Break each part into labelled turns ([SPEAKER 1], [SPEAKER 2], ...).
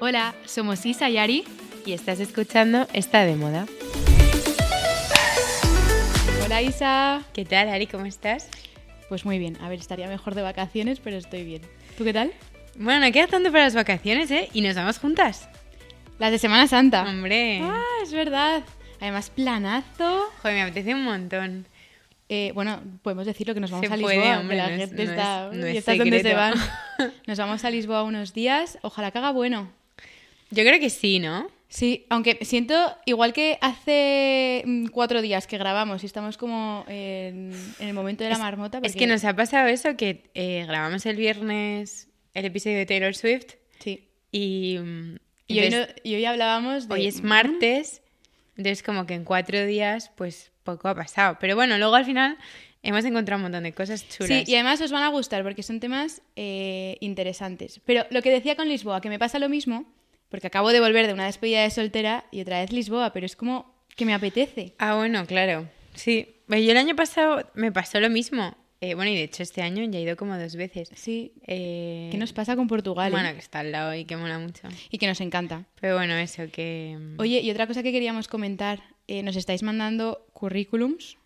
[SPEAKER 1] Hola, somos Isa y Ari y estás escuchando Está de Moda. Hola Isa.
[SPEAKER 2] ¿Qué tal, Ari? ¿Cómo estás?
[SPEAKER 1] Pues muy bien, a ver, estaría mejor de vacaciones, pero estoy bien. ¿Tú qué tal?
[SPEAKER 2] Bueno, no queda tanto para las vacaciones, ¿eh? Y nos vamos juntas.
[SPEAKER 1] Las de Semana Santa.
[SPEAKER 2] Hombre.
[SPEAKER 1] Ah, es verdad. Además, planazo.
[SPEAKER 2] Joder, me apetece un montón.
[SPEAKER 1] Eh, bueno, podemos decir lo que nos vamos
[SPEAKER 2] Se
[SPEAKER 1] a
[SPEAKER 2] puede,
[SPEAKER 1] Lisboa, que
[SPEAKER 2] hombre,
[SPEAKER 1] la
[SPEAKER 2] no es-
[SPEAKER 1] gente
[SPEAKER 2] no
[SPEAKER 1] está,
[SPEAKER 2] es- no
[SPEAKER 1] y
[SPEAKER 2] es
[SPEAKER 1] estás donde se
[SPEAKER 2] secreto.
[SPEAKER 1] van. Nos vamos a Lisboa unos días, ojalá que haga bueno.
[SPEAKER 2] Yo creo que sí, ¿no?
[SPEAKER 1] Sí, aunque siento, igual que hace mm, cuatro días que grabamos y estamos como en, en el momento de la marmota.
[SPEAKER 2] Es
[SPEAKER 1] porque-
[SPEAKER 2] que nos ha pasado eso que eh, grabamos el viernes el episodio de Taylor Swift
[SPEAKER 1] Sí.
[SPEAKER 2] y... mm,
[SPEAKER 1] Y hoy,
[SPEAKER 2] entonces,
[SPEAKER 1] no- y hoy hablábamos de...
[SPEAKER 2] hoy es martes, entonces como que en cuatro días pues poco ha pasado. Pero bueno, luego al final hemos encontrado un montón de cosas chulas.
[SPEAKER 1] Sí, y además os van a gustar porque son temas eh, interesantes. Pero lo que decía con Lisboa, que me pasa lo mismo, porque acabo de volver de una despedida de soltera y otra vez Lisboa, pero es como que me apetece.
[SPEAKER 2] Ah, bueno, claro. Sí. Pues Yo el año pasado me pasó lo mismo. Eh, bueno, y de hecho este año ya he ido como dos veces.
[SPEAKER 1] Sí.
[SPEAKER 2] Eh,
[SPEAKER 1] ¿Qué nos pasa con Portugal? eh?
[SPEAKER 2] Bueno, que está al lado y que mola mucho.
[SPEAKER 1] Y que nos encanta.
[SPEAKER 2] Pero bueno, eso que...
[SPEAKER 1] Oye, y otra cosa que queríamos comentar, eh, nos estáis mandando currículums.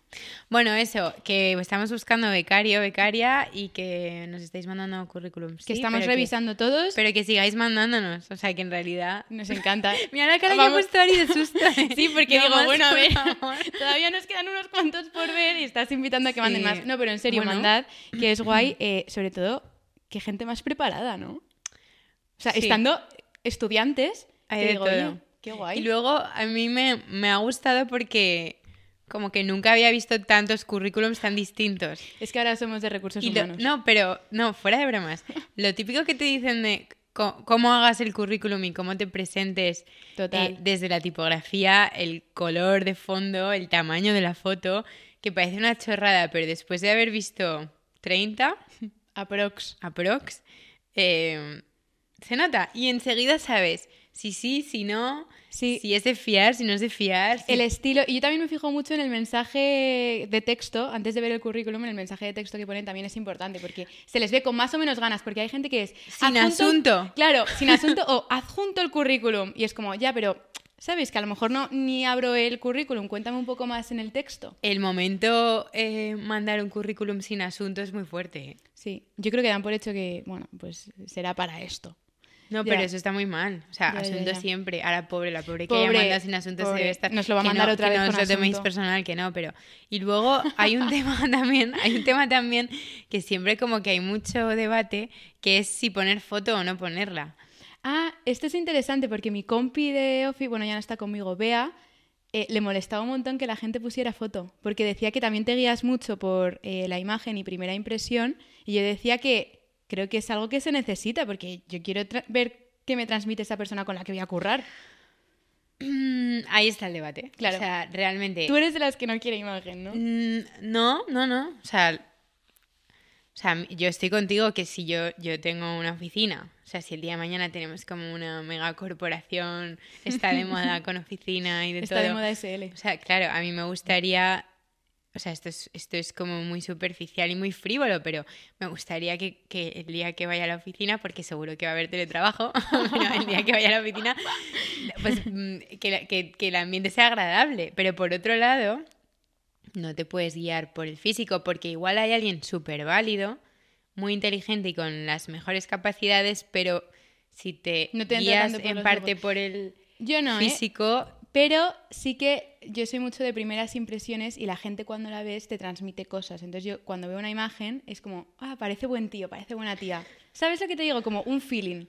[SPEAKER 2] Bueno, eso, que estamos buscando becario, becaria y que nos estáis mandando currículums.
[SPEAKER 1] que
[SPEAKER 2] sí,
[SPEAKER 1] estamos
[SPEAKER 2] pero
[SPEAKER 1] revisando todos.
[SPEAKER 2] pero que sigáis mandándonos. O sea, que en realidad...
[SPEAKER 1] Nos encanta.
[SPEAKER 2] Mira la cara
[SPEAKER 1] Vamos.
[SPEAKER 2] que he puesto Ari de susto.
[SPEAKER 1] Sí, porque
[SPEAKER 2] No
[SPEAKER 1] digo,
[SPEAKER 2] más,
[SPEAKER 1] bueno, a
[SPEAKER 2] por
[SPEAKER 1] ver,
[SPEAKER 2] favor.
[SPEAKER 1] todavía nos quedan unos cuantos por ver y estás invitando a que manden
[SPEAKER 2] Sí.
[SPEAKER 1] más. No, pero en serio,
[SPEAKER 2] Bueno.
[SPEAKER 1] mandad, que es guay, eh, sobre todo, que gente más preparada, ¿no? O sea,
[SPEAKER 2] Sí.
[SPEAKER 1] estando estudiantes,
[SPEAKER 2] Hay
[SPEAKER 1] que
[SPEAKER 2] de
[SPEAKER 1] digo,
[SPEAKER 2] todo.
[SPEAKER 1] "Oye, qué guay.
[SPEAKER 2] Y luego a mí me, me ha gustado porque como que nunca había visto tantos currículums tan distintos.
[SPEAKER 1] Es que ahora somos de recursos
[SPEAKER 2] Y lo-
[SPEAKER 1] humanos.
[SPEAKER 2] no, pero no, fuera de bromas. Lo típico que te dicen de co- cómo hagas el currículum y cómo te presentes
[SPEAKER 1] Total.
[SPEAKER 2] eh, desde la tipografía, el color de fondo, el tamaño de la foto, que parece una chorrada, pero después de haber visto 30
[SPEAKER 1] Aprox.
[SPEAKER 2] aprox, eh, se nota. Y enseguida sabes si sí, si no,
[SPEAKER 1] Sí.
[SPEAKER 2] si es de fiar, si no es de fiar. si-
[SPEAKER 1] El estilo, y yo también me fijo mucho en el mensaje de texto, antes de ver el currículum, en el mensaje de texto que ponen también es importante, porque se les ve con más o menos ganas, porque hay gente que es...
[SPEAKER 2] Sin
[SPEAKER 1] "Adjunto-"
[SPEAKER 2] asunto.
[SPEAKER 1] Claro, sin asunto, o adjunto el currículum, y es como, ya, pero, ¿sabes? Que a lo mejor no ni abro el currículum, cuéntame un poco más en el texto.
[SPEAKER 2] El momento eh, mandar un currículum sin asunto es muy fuerte. ¿eh?
[SPEAKER 1] Sí, yo creo que dan por hecho que, bueno, pues será para esto.
[SPEAKER 2] No,
[SPEAKER 1] Ya.
[SPEAKER 2] pero eso está muy mal. O sea,
[SPEAKER 1] Ya, ya,
[SPEAKER 2] asunto
[SPEAKER 1] ya.
[SPEAKER 2] siempre. Ahora, pobre, la pobre que
[SPEAKER 1] Pobre,
[SPEAKER 2] haya mandado sin asunto se
[SPEAKER 1] pobre.
[SPEAKER 2] debe estar.
[SPEAKER 1] Nos lo va a
[SPEAKER 2] que
[SPEAKER 1] mandar
[SPEAKER 2] no,
[SPEAKER 1] otra
[SPEAKER 2] que
[SPEAKER 1] vez
[SPEAKER 2] No
[SPEAKER 1] con
[SPEAKER 2] os lo toméis
[SPEAKER 1] asunto.
[SPEAKER 2] personal, que no, pero. Y luego hay un tema también, hay un tema también que siempre como que hay mucho debate, que es si poner foto o no ponerla.
[SPEAKER 1] Ah, esto es interesante porque mi compi de Ofi, bueno, ya no está conmigo, Bea, eh, le molestaba un montón que la gente pusiera foto, porque decía que también te guías mucho por eh, la imagen y primera impresión, y yo decía que creo que es algo que se necesita, porque yo quiero tra- ver qué me transmite esa persona con la que voy a currar.
[SPEAKER 2] Mm, Ahí está el debate.
[SPEAKER 1] Claro.
[SPEAKER 2] O sea, realmente.
[SPEAKER 1] Tú eres de las que no quiere imagen, ¿no?
[SPEAKER 2] Mm, No, no, no. O sea, o sea, yo estoy contigo que si yo, yo tengo una oficina, o sea, si el día de mañana tenemos como una mega corporación, está de moda con oficina y de
[SPEAKER 1] Está
[SPEAKER 2] todo.
[SPEAKER 1] de moda SL.
[SPEAKER 2] O sea, claro, a mí me gustaría, o sea, esto es, esto es como muy superficial y muy frívolo, pero me gustaría que, que el día que vaya a la oficina, porque seguro que va a haber teletrabajo, bueno, el día que vaya a la oficina, pues mm, que, la- que- que el ambiente sea agradable. Pero por otro lado, no te puedes guiar por el físico, porque igual hay alguien súper válido, muy inteligente y con las mejores capacidades, pero si te,
[SPEAKER 1] No te entra
[SPEAKER 2] guías
[SPEAKER 1] tanto por
[SPEAKER 2] en
[SPEAKER 1] los
[SPEAKER 2] parte por el
[SPEAKER 1] Yo no, ¿eh?
[SPEAKER 2] físico,
[SPEAKER 1] Pero sí que yo soy mucho de primeras impresiones y la gente cuando la ves te transmite cosas. Entonces yo cuando veo una imagen es como, ah, parece buen tío, parece buena tía. ¿Sabes lo que te digo? Como un feeling.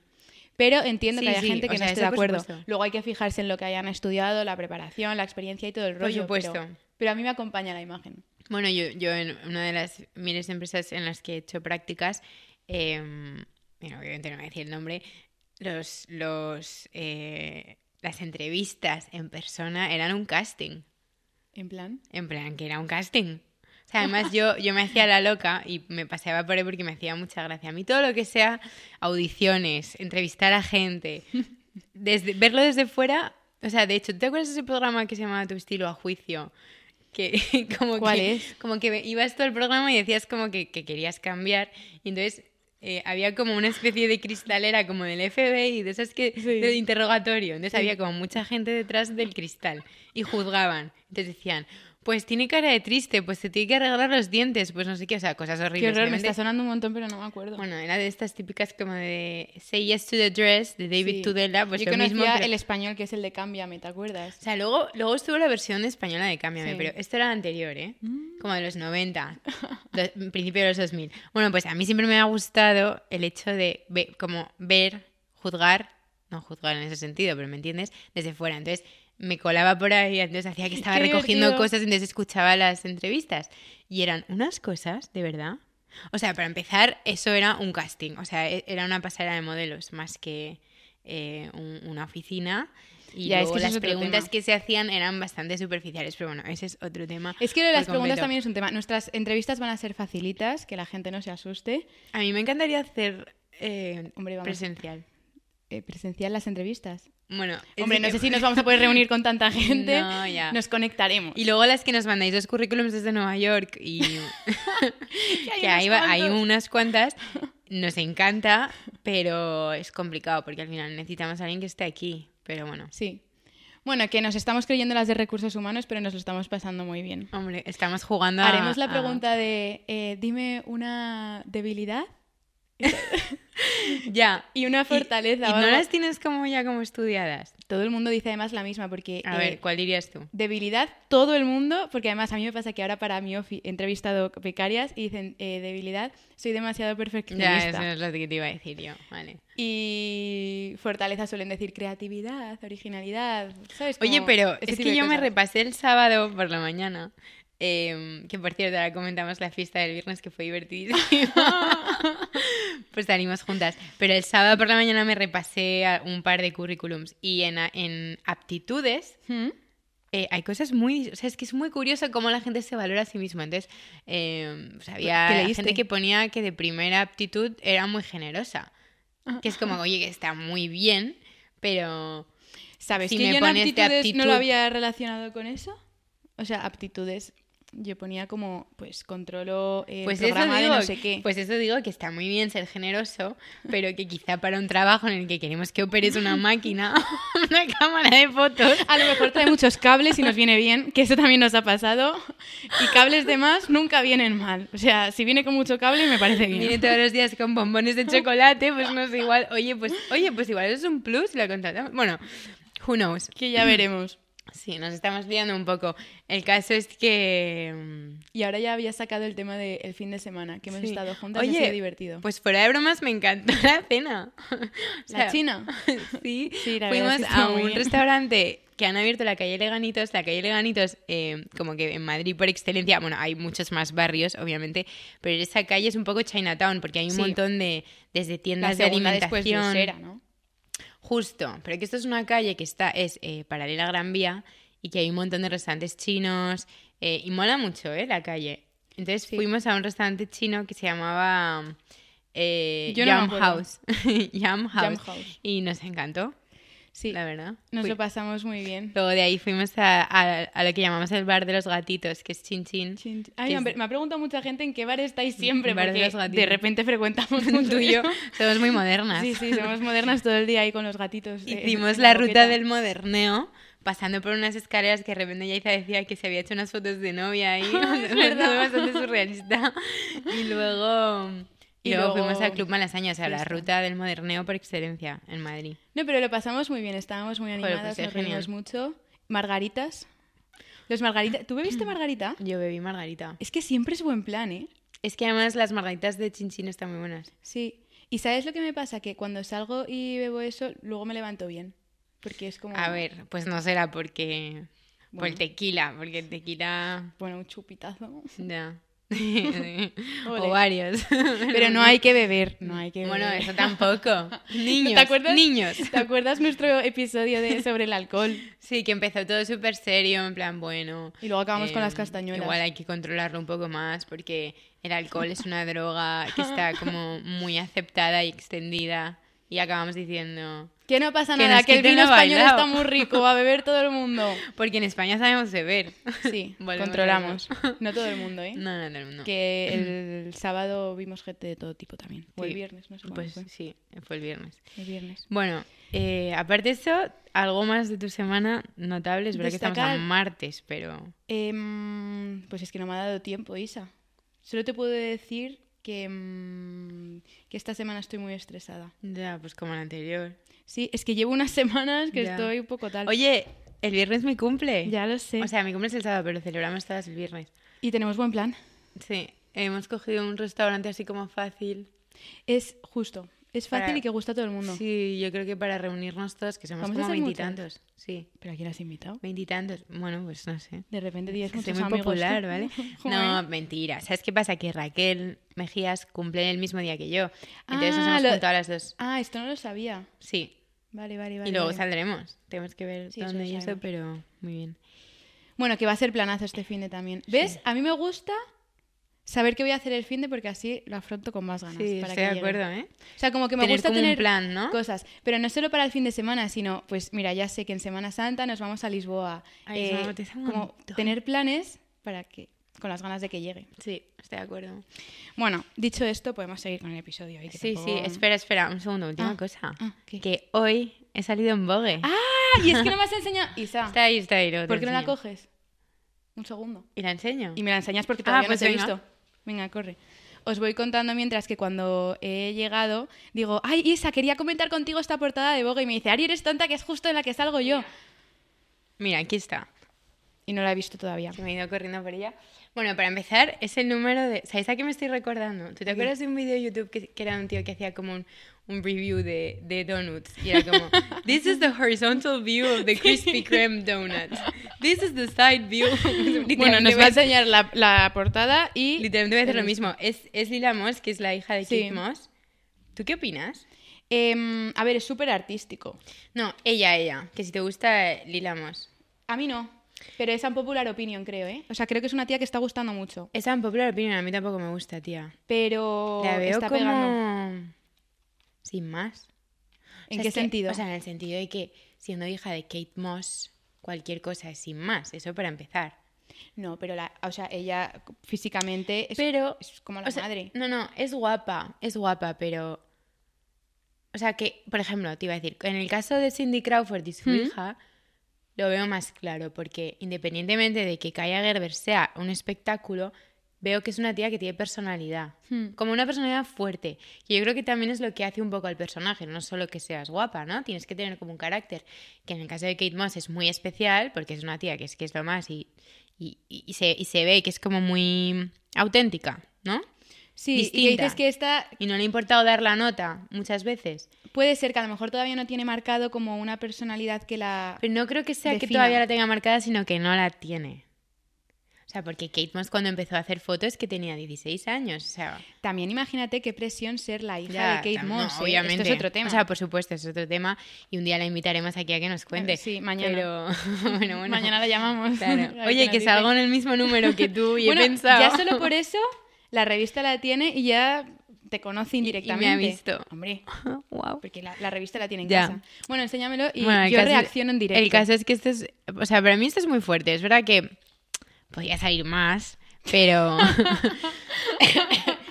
[SPEAKER 1] Pero entiendo
[SPEAKER 2] Sí,
[SPEAKER 1] que haya
[SPEAKER 2] sí,
[SPEAKER 1] gente
[SPEAKER 2] o
[SPEAKER 1] que
[SPEAKER 2] sea,
[SPEAKER 1] no esté
[SPEAKER 2] eso
[SPEAKER 1] de
[SPEAKER 2] por
[SPEAKER 1] acuerdo.
[SPEAKER 2] supuesto.
[SPEAKER 1] Luego hay que fijarse en lo que hayan estudiado, la preparación, la experiencia y todo el
[SPEAKER 2] Por
[SPEAKER 1] rollo.
[SPEAKER 2] supuesto.
[SPEAKER 1] Pero, pero a mí me acompaña la imagen.
[SPEAKER 2] Bueno, yo, yo en una de las miles de empresas en las que he hecho prácticas, eh, bueno, obviamente no voy a decir el nombre, los, los, eh, las entrevistas en persona eran un casting.
[SPEAKER 1] En plan.
[SPEAKER 2] En plan, que era un casting. O sea, además yo, yo me hacía la loca y me paseaba por ahí porque me hacía mucha gracia. A mí todo lo que sea audiciones, entrevistar a gente, desde, verlo desde fuera... O sea, de hecho, ¿te acuerdas de ese programa que se llamaba Tu estilo a juicio? Que, como
[SPEAKER 1] ¿Cuál
[SPEAKER 2] que,
[SPEAKER 1] es?
[SPEAKER 2] Como que ibas todo el programa y decías como que, que querías cambiar. Y entonces eh, había como una especie de cristalera como del FBI, de esas que
[SPEAKER 1] Sí.
[SPEAKER 2] de interrogatorio. Entonces
[SPEAKER 1] Sí.
[SPEAKER 2] había como mucha gente detrás del cristal y juzgaban. Entonces decían, pues tiene cara de triste, pues se tiene que arreglar los dientes, pues no sé qué, o sea, cosas
[SPEAKER 1] Qué
[SPEAKER 2] horribles.
[SPEAKER 1] horror, me
[SPEAKER 2] obviamente.
[SPEAKER 1] está sonando un montón, pero no me acuerdo.
[SPEAKER 2] Bueno, era de estas típicas como de Say Yes to the Dress de David
[SPEAKER 1] Sí.
[SPEAKER 2] Tudela, pues
[SPEAKER 1] Yo
[SPEAKER 2] lo mismo.
[SPEAKER 1] conocía
[SPEAKER 2] pero-
[SPEAKER 1] el español, que es el de Cámbiame, ¿te acuerdas?
[SPEAKER 2] O sea, luego, luego estuvo la versión española de Cámbiame,
[SPEAKER 1] Sí.
[SPEAKER 2] pero esto era la anterior, ¿eh? Como de los 90, do- principio de los 2000. Bueno, pues a mí siempre me ha gustado el hecho de ve- como ver, juzgar, no juzgar en ese sentido, pero ¿me entiendes? Desde fuera. Entonces me colaba por ahí, entonces hacía que estaba
[SPEAKER 1] Qué
[SPEAKER 2] recogiendo
[SPEAKER 1] divertido.
[SPEAKER 2] cosas, entonces escuchaba las entrevistas. Y eran unas cosas, de verdad. O sea, para empezar, eso era un casting, o sea, e- era una pasarela de modelos más que eh, un- una oficina. Y
[SPEAKER 1] Ya, es
[SPEAKER 2] luego
[SPEAKER 1] que eso es
[SPEAKER 2] las
[SPEAKER 1] otro
[SPEAKER 2] preguntas
[SPEAKER 1] tema.
[SPEAKER 2] que se hacían eran bastante superficiales, pero bueno, ese es otro tema.
[SPEAKER 1] Es que lo de las
[SPEAKER 2] por completo.
[SPEAKER 1] preguntas también es un tema. Nuestras entrevistas van a ser facilitas, que la gente no se asuste.
[SPEAKER 2] A mí me encantaría hacer eh,
[SPEAKER 1] Hombre, vamos.
[SPEAKER 2] presencial.
[SPEAKER 1] Eh, presencial las entrevistas.
[SPEAKER 2] Bueno, es
[SPEAKER 1] Hombre, no
[SPEAKER 2] que-
[SPEAKER 1] sé si nos vamos a poder reunir con tanta gente.
[SPEAKER 2] No, ya.
[SPEAKER 1] Nos conectaremos.
[SPEAKER 2] Y luego las que nos mandáis los currículums desde Nueva York y
[SPEAKER 1] hay
[SPEAKER 2] que hay,
[SPEAKER 1] unos
[SPEAKER 2] va- hay
[SPEAKER 1] cuantos.
[SPEAKER 2] unas cuantas, nos encanta, pero es complicado porque al final necesitamos a alguien que esté aquí. Pero bueno,
[SPEAKER 1] Sí. Bueno, que nos estamos creyendo las de recursos humanos, pero nos lo estamos pasando muy bien.
[SPEAKER 2] hombre, estamos jugando a-
[SPEAKER 1] Haremos la
[SPEAKER 2] a-
[SPEAKER 1] pregunta de, eh, dime una debilidad
[SPEAKER 2] Ya.
[SPEAKER 1] y una fortaleza.
[SPEAKER 2] Y,
[SPEAKER 1] o
[SPEAKER 2] no
[SPEAKER 1] algo.
[SPEAKER 2] las tienes como ya como estudiadas.
[SPEAKER 1] Todo el mundo dice además la misma, porque
[SPEAKER 2] A
[SPEAKER 1] eh,
[SPEAKER 2] ver, ¿cuál dirías tú?
[SPEAKER 1] debilidad todo el mundo, porque además a mí me pasa que ahora para mi ofi he entrevistado becarias y dicen eh, debilidad, soy demasiado
[SPEAKER 2] Ya,
[SPEAKER 1] perfeccionista.
[SPEAKER 2] eso es lo que te iba a decir yo. Vale.
[SPEAKER 1] Y fortaleza suelen decir creatividad, originalidad, ¿sabes?
[SPEAKER 2] Oye,
[SPEAKER 1] Como
[SPEAKER 2] pero
[SPEAKER 1] ese
[SPEAKER 2] es
[SPEAKER 1] tipo
[SPEAKER 2] que
[SPEAKER 1] de
[SPEAKER 2] yo me
[SPEAKER 1] cosas.
[SPEAKER 2] repasé el sábado por la mañana. eh, que por cierto, ahora comentamos la fiesta del viernes que fue divertidísima. pues salimos juntas. Pero el sábado por la mañana me repasé a- un par de currículums y en, a- en aptitudes
[SPEAKER 1] ¿Mm?
[SPEAKER 2] eh, hay cosas muy. O sea, es que es muy curioso cómo la gente se valora a sí misma. Entonces, eh, pues había
[SPEAKER 1] ¿Qué leíste?
[SPEAKER 2] gente que ponía que de primera aptitud era muy generosa.
[SPEAKER 1] Ah.
[SPEAKER 2] Que es como, oye, que está muy bien, pero.
[SPEAKER 1] ¿Sabes
[SPEAKER 2] Si
[SPEAKER 1] que
[SPEAKER 2] me
[SPEAKER 1] yo en
[SPEAKER 2] pones de
[SPEAKER 1] aptitudes no lo
[SPEAKER 2] aptitud-
[SPEAKER 1] había relacionado con eso? O sea, aptitudes yo ponía como, pues controlo el
[SPEAKER 2] Pues eso,
[SPEAKER 1] programa
[SPEAKER 2] digo,
[SPEAKER 1] de no sé qué.
[SPEAKER 2] pues eso digo que está muy bien ser generoso, pero que quizá para un trabajo en el que queremos que operes una máquina, una cámara de fotos,
[SPEAKER 1] A lo mejor trae muchos cables y nos viene bien, que eso también nos ha pasado. Y cables de más nunca vienen mal. O sea, si viene con mucho cable me parece bien.
[SPEAKER 2] viene todos los días con bombones de chocolate, pues no sé, igual, oye, pues, oye, pues igual eso es un plus, la contratamos. Bueno, who knows.
[SPEAKER 1] Que ya veremos.
[SPEAKER 2] Sí, nos estamos liando un poco. El caso es que... mm,
[SPEAKER 1] Y ahora ya había sacado el tema del fin de semana, que hemos
[SPEAKER 2] sí.
[SPEAKER 1] estado juntas y
[SPEAKER 2] Oye,
[SPEAKER 1] ha sido divertido.
[SPEAKER 2] Pues fuera de bromas me encantó la cena. O sea,
[SPEAKER 1] la China.
[SPEAKER 2] Sí,
[SPEAKER 1] Sí, la verdad
[SPEAKER 2] fuimos
[SPEAKER 1] es que
[SPEAKER 2] a
[SPEAKER 1] estuvo muy
[SPEAKER 2] un
[SPEAKER 1] bien.
[SPEAKER 2] restaurante que han abierto la calle Leganitos. La calle Leganitos, eh, como que en Madrid por excelencia, bueno, hay muchos más barrios, obviamente, pero esa calle es un poco Chinatown porque hay un
[SPEAKER 1] Sí.
[SPEAKER 2] montón de, desde
[SPEAKER 1] La
[SPEAKER 2] tiendas de
[SPEAKER 1] segunda después de
[SPEAKER 2] alimentación.
[SPEAKER 1] Usera, ¿no?
[SPEAKER 2] Justo, pero que esto es una calle que está, es eh, paralela a Gran Vía y que hay un montón de restaurantes chinos eh, y mola mucho, ¿eh? La calle. Entonces
[SPEAKER 1] Sí.
[SPEAKER 2] fuimos a un restaurante chino que se llamaba eh,
[SPEAKER 1] Yo no me
[SPEAKER 2] Yum
[SPEAKER 1] acuerdo.
[SPEAKER 2] House. Yum
[SPEAKER 1] Jam
[SPEAKER 2] House.
[SPEAKER 1] House.
[SPEAKER 2] Y nos encantó,
[SPEAKER 1] Sí,
[SPEAKER 2] la verdad.
[SPEAKER 1] nos
[SPEAKER 2] Fui-
[SPEAKER 1] lo pasamos muy bien.
[SPEAKER 2] Luego de ahí fuimos a, a- a lo que llamamos el bar de los gatitos, que es Chin Chin.
[SPEAKER 1] Chin- Ay,
[SPEAKER 2] que es- Mm,
[SPEAKER 1] hombre, me ha preguntado mucha gente en qué bar estáis siempre,
[SPEAKER 2] Bar de
[SPEAKER 1] porque
[SPEAKER 2] los
[SPEAKER 1] de,
[SPEAKER 2] gatitos.
[SPEAKER 1] repente frecuentamos un
[SPEAKER 2] Tú y yo somos muy modernas.
[SPEAKER 1] Sí, sí, somos modernas todo el día ahí con los gatitos. eh,
[SPEAKER 2] Hicimos
[SPEAKER 1] en
[SPEAKER 2] la ruta
[SPEAKER 1] boqueta.
[SPEAKER 2] del moderneo, pasando por unas escaleras que de repente Yaiza decía que se había hecho unas fotos de novia ahí.
[SPEAKER 1] Es
[SPEAKER 2] una
[SPEAKER 1] verdad.
[SPEAKER 2] cosa bastante surrealista. Y luego... Y,
[SPEAKER 1] Y
[SPEAKER 2] luego,
[SPEAKER 1] luego
[SPEAKER 2] fuimos al Club Malasaña, o sea, la
[SPEAKER 1] fiesta.
[SPEAKER 2] ruta del moderneo por excelencia en Madrid.
[SPEAKER 1] No, pero lo pasamos muy bien, estábamos muy
[SPEAKER 2] Joder, pues
[SPEAKER 1] animadas,
[SPEAKER 2] es
[SPEAKER 1] nos reímos
[SPEAKER 2] genial.
[SPEAKER 1] mucho. Margaritas. Los margaritas. ¿Tú
[SPEAKER 2] Mm.
[SPEAKER 1] bebiste margarita?
[SPEAKER 2] Yo bebí margarita.
[SPEAKER 1] Es que siempre es buen plan, ¿eh?
[SPEAKER 2] Es que además las margaritas de Chinchín están muy buenas.
[SPEAKER 1] Sí. ¿Y sabes lo que me pasa? Que cuando salgo y bebo eso, luego me levanto bien. Porque es como.
[SPEAKER 2] A ver, pues no será porque... Por
[SPEAKER 1] Bueno.
[SPEAKER 2] el tequila, porque el tequila...
[SPEAKER 1] Bueno, un chupitazo.
[SPEAKER 2] Ya.
[SPEAKER 1] Ole.
[SPEAKER 2] o varios.
[SPEAKER 1] Pero no hay que beber, no hay que
[SPEAKER 2] Bueno,
[SPEAKER 1] beber.
[SPEAKER 2] eso tampoco. Niños.
[SPEAKER 1] ¿Te acuerdas?
[SPEAKER 2] Niños.
[SPEAKER 1] ¿Te acuerdas nuestro episodio de, sobre el alcohol?
[SPEAKER 2] Sí, que empezó todo súper serio, en plan, bueno.
[SPEAKER 1] Y luego acabamos con
[SPEAKER 2] eh,
[SPEAKER 1] las castañuelas.
[SPEAKER 2] Igual hay que controlarlo un poco más porque el alcohol es una droga que está como muy aceptada y extendida y acabamos diciendo...
[SPEAKER 1] Que no pasa
[SPEAKER 2] Que
[SPEAKER 1] nada,
[SPEAKER 2] nos
[SPEAKER 1] que el
[SPEAKER 2] quiten
[SPEAKER 1] vino
[SPEAKER 2] lo
[SPEAKER 1] español
[SPEAKER 2] bailao.
[SPEAKER 1] está muy rico, va a beber todo el mundo.
[SPEAKER 2] Porque en España sabemos beber.
[SPEAKER 1] Sí,
[SPEAKER 2] Volvemos
[SPEAKER 1] controlamos.
[SPEAKER 2] a
[SPEAKER 1] No todo el mundo, ¿eh?
[SPEAKER 2] No, no, no. no.
[SPEAKER 1] Que el sábado vimos gente de todo tipo también. O el
[SPEAKER 2] Sí.
[SPEAKER 1] viernes, no sé cuándo
[SPEAKER 2] Pues
[SPEAKER 1] fue.
[SPEAKER 2] sí, fue el viernes.
[SPEAKER 1] El viernes.
[SPEAKER 2] Bueno, eh, aparte de eso, algo más de tu semana notable. Es verdad que
[SPEAKER 1] Destacar-
[SPEAKER 2] estamos a martes, pero...
[SPEAKER 1] Em, pues es que no me ha dado tiempo, Isa. Solo te puedo decir que, em, que esta semana estoy muy estresada.
[SPEAKER 2] Ya, pues como el anterior.
[SPEAKER 1] Sí, es que llevo unas semanas que
[SPEAKER 2] Ya.
[SPEAKER 1] estoy un poco tal.
[SPEAKER 2] Oye, el viernes mi cumple.
[SPEAKER 1] ya lo sé.
[SPEAKER 2] O sea, mi cumple es el sábado, pero celebramos todas el viernes.
[SPEAKER 1] y tenemos buen plan.
[SPEAKER 2] Sí, hemos cogido un restaurante así como fácil.
[SPEAKER 1] Es justo. Es fácil
[SPEAKER 2] Para-
[SPEAKER 1] y que gusta a todo el mundo.
[SPEAKER 2] Sí, yo creo que para reunirnos todos, que somos
[SPEAKER 1] Vamos a
[SPEAKER 2] como
[SPEAKER 1] hacer
[SPEAKER 2] veintitantos. Sí,
[SPEAKER 1] ¿Pero a quién has invitado?
[SPEAKER 2] veintitantos. Bueno, pues no sé.
[SPEAKER 1] De repente tienes
[SPEAKER 2] Es que soy
[SPEAKER 1] muchos
[SPEAKER 2] muy
[SPEAKER 1] amigos.
[SPEAKER 2] popular,
[SPEAKER 1] tú.
[SPEAKER 2] ¿vale?
[SPEAKER 1] Joder.
[SPEAKER 2] No, mentira. ¿Sabes qué pasa? Que Raquel Mejías cumple el mismo día que yo. Entonces nos
[SPEAKER 1] Ah,
[SPEAKER 2] hemos
[SPEAKER 1] lo-
[SPEAKER 2] juntado las dos.
[SPEAKER 1] Ah, esto no lo sabía.
[SPEAKER 2] Sí.
[SPEAKER 1] Vale, vale, vale.
[SPEAKER 2] y luego
[SPEAKER 1] vale.
[SPEAKER 2] saldremos. Tenemos que ver
[SPEAKER 1] Sí, eso
[SPEAKER 2] dónde
[SPEAKER 1] lo
[SPEAKER 2] y eso,
[SPEAKER 1] sabemos.
[SPEAKER 2] pero muy bien.
[SPEAKER 1] Bueno, que va a ser planazo este fin de también. ¿Ves? A mí me gusta saber qué voy a hacer el fin de porque así lo afronto con más ganas.
[SPEAKER 2] Sí,
[SPEAKER 1] para
[SPEAKER 2] estoy
[SPEAKER 1] que
[SPEAKER 2] de
[SPEAKER 1] llegue.
[SPEAKER 2] acuerdo, ¿eh?
[SPEAKER 1] O sea, como que me
[SPEAKER 2] Tener
[SPEAKER 1] gusta
[SPEAKER 2] como un
[SPEAKER 1] tener
[SPEAKER 2] plan, ¿no?
[SPEAKER 1] cosas. Pero no solo para el fin de semana, sino, pues mira, ya sé que en Semana Santa nos vamos a Lisboa. Eh,
[SPEAKER 2] Ay, eso me apetece un
[SPEAKER 1] como
[SPEAKER 2] montón.
[SPEAKER 1] tener planes para que con las ganas de que llegue.
[SPEAKER 2] Sí, estoy de acuerdo.
[SPEAKER 1] Bueno, dicho esto, podemos seguir con el episodio. ¿eh? Que
[SPEAKER 2] Sí, sí,
[SPEAKER 1] tampoco-
[SPEAKER 2] espera, espera, un segundo, última
[SPEAKER 1] Ah,
[SPEAKER 2] cosa.
[SPEAKER 1] ah, ¿qué?
[SPEAKER 2] Que hoy he salido en Vogue.
[SPEAKER 1] ¡Ah! Y es que no me has enseñado. Isa,
[SPEAKER 2] Está ahí, está ahí. luego te
[SPEAKER 1] ¿por qué no la
[SPEAKER 2] enseño.
[SPEAKER 1] coges? Un segundo.
[SPEAKER 2] ¿Y la enseño?
[SPEAKER 1] Y me la enseñas porque
[SPEAKER 2] Ah,
[SPEAKER 1] todavía
[SPEAKER 2] pues
[SPEAKER 1] no te
[SPEAKER 2] venga.
[SPEAKER 1] he visto. Venga, corre. Os voy contando mientras que cuando he llegado digo, ay Isa, quería comentar contigo esta portada de Vogue y me dice, Ari, eres tonta que es justo en la que salgo yo.
[SPEAKER 2] Mira, aquí está.
[SPEAKER 1] Y no la he visto todavía.
[SPEAKER 2] Que me he ido corriendo por ella. Bueno, para empezar, es el número de... ¿Sabéis a qué me estoy recordando? ¿Tú te acuerdas de un vídeo de YouTube que, que era un tío que hacía como un, un review de, de donuts? Y era como, this is the horizontal view of the Krispy Kreme donut. This is the side view.
[SPEAKER 1] Bueno,
[SPEAKER 2] Literalmente
[SPEAKER 1] nos
[SPEAKER 2] voy
[SPEAKER 1] va a
[SPEAKER 2] a-
[SPEAKER 1] enseñar la, la portada y...
[SPEAKER 2] Literalmente voy a hacer lo
[SPEAKER 1] el-
[SPEAKER 2] mismo. Es, es Lila Moss, que es la hija de
[SPEAKER 1] Sí.
[SPEAKER 2] Keith Moss. ¿Tú qué opinas?
[SPEAKER 1] Em, a ver, es súper artístico.
[SPEAKER 2] No, ella, ella. Que si te gusta eh, Lila Moss.
[SPEAKER 1] A mí no, pero es un popular opinion, creo, ¿eh? O sea, creo que es una tía que está gustando mucho.
[SPEAKER 2] Esa popular opinión a mí tampoco me gusta, tía.
[SPEAKER 1] Pero
[SPEAKER 2] La veo
[SPEAKER 1] está
[SPEAKER 2] como...
[SPEAKER 1] pegando.
[SPEAKER 2] Sin más.
[SPEAKER 1] ¿En
[SPEAKER 2] O sea,
[SPEAKER 1] qué
[SPEAKER 2] es que-
[SPEAKER 1] sentido?
[SPEAKER 2] o sea, en el sentido de que siendo hija de Kate Moss, cualquier cosa es sin más. Eso para empezar.
[SPEAKER 1] No, pero la, o sea, ella físicamente es,
[SPEAKER 2] Pero-
[SPEAKER 1] es como la
[SPEAKER 2] O sea,
[SPEAKER 1] madre.
[SPEAKER 2] No, no, es guapa, es guapa, pero... O sea, que, por ejemplo, te iba a decir, en el caso de Cindy Crawford y su
[SPEAKER 1] ¿Mm?
[SPEAKER 2] hija, lo veo más claro, porque independientemente de que Kaya Gerber sea un espectáculo, veo que es una tía que tiene personalidad.
[SPEAKER 1] Hmm.
[SPEAKER 2] Como una personalidad fuerte. Y yo creo que también es lo que hace un poco al personaje, no solo que seas guapa, ¿no? Tienes que tener como un carácter, que en el caso de Kate Moss es muy especial, porque es una tía que es, que es lo más y, y- y- y se, y se ve que es como muy auténtica, ¿no?
[SPEAKER 1] Sí, y que
[SPEAKER 2] distinta.
[SPEAKER 1] dices que esta
[SPEAKER 2] Y no le ha importado dar la nota muchas veces.
[SPEAKER 1] puede ser que a lo mejor todavía no tiene marcado como una personalidad que la...
[SPEAKER 2] Pero no creo que sea que
[SPEAKER 1] Defina.
[SPEAKER 2] todavía la tenga marcada, sino que no la tiene. O sea, porque Kate Moss cuando empezó a hacer fotos que tenía 16 años. O sea,
[SPEAKER 1] También imagínate qué presión ser la hija de Kate
[SPEAKER 2] tam- no,
[SPEAKER 1] Moss. ¿eh?
[SPEAKER 2] obviamente.
[SPEAKER 1] Esto es otro tema.
[SPEAKER 2] O sea, por supuesto, es otro tema. Y un día la invitaremos aquí a que nos cuente.
[SPEAKER 1] Sí, mañana.
[SPEAKER 2] Pero bueno, bueno.
[SPEAKER 1] Mañana la llamamos.
[SPEAKER 2] Claro.
[SPEAKER 1] A ver qué
[SPEAKER 2] Oye,
[SPEAKER 1] nos
[SPEAKER 2] que
[SPEAKER 1] dice.
[SPEAKER 2] salgo en el mismo número que tú y
[SPEAKER 1] bueno,
[SPEAKER 2] he pensado.
[SPEAKER 1] Ya solo por eso la revista la tiene y ya te conoce indirectamente.
[SPEAKER 2] visto.
[SPEAKER 1] Hombre,
[SPEAKER 2] Guau.
[SPEAKER 1] porque la, la revista la tiene en
[SPEAKER 2] Ya.
[SPEAKER 1] casa. Bueno, enséñamelo y
[SPEAKER 2] Bueno, el
[SPEAKER 1] yo
[SPEAKER 2] caso-
[SPEAKER 1] reacciono en directo.
[SPEAKER 2] El caso es que esto es. O sea, para mí esto es muy fuerte. Es verdad que podía salir más, pero.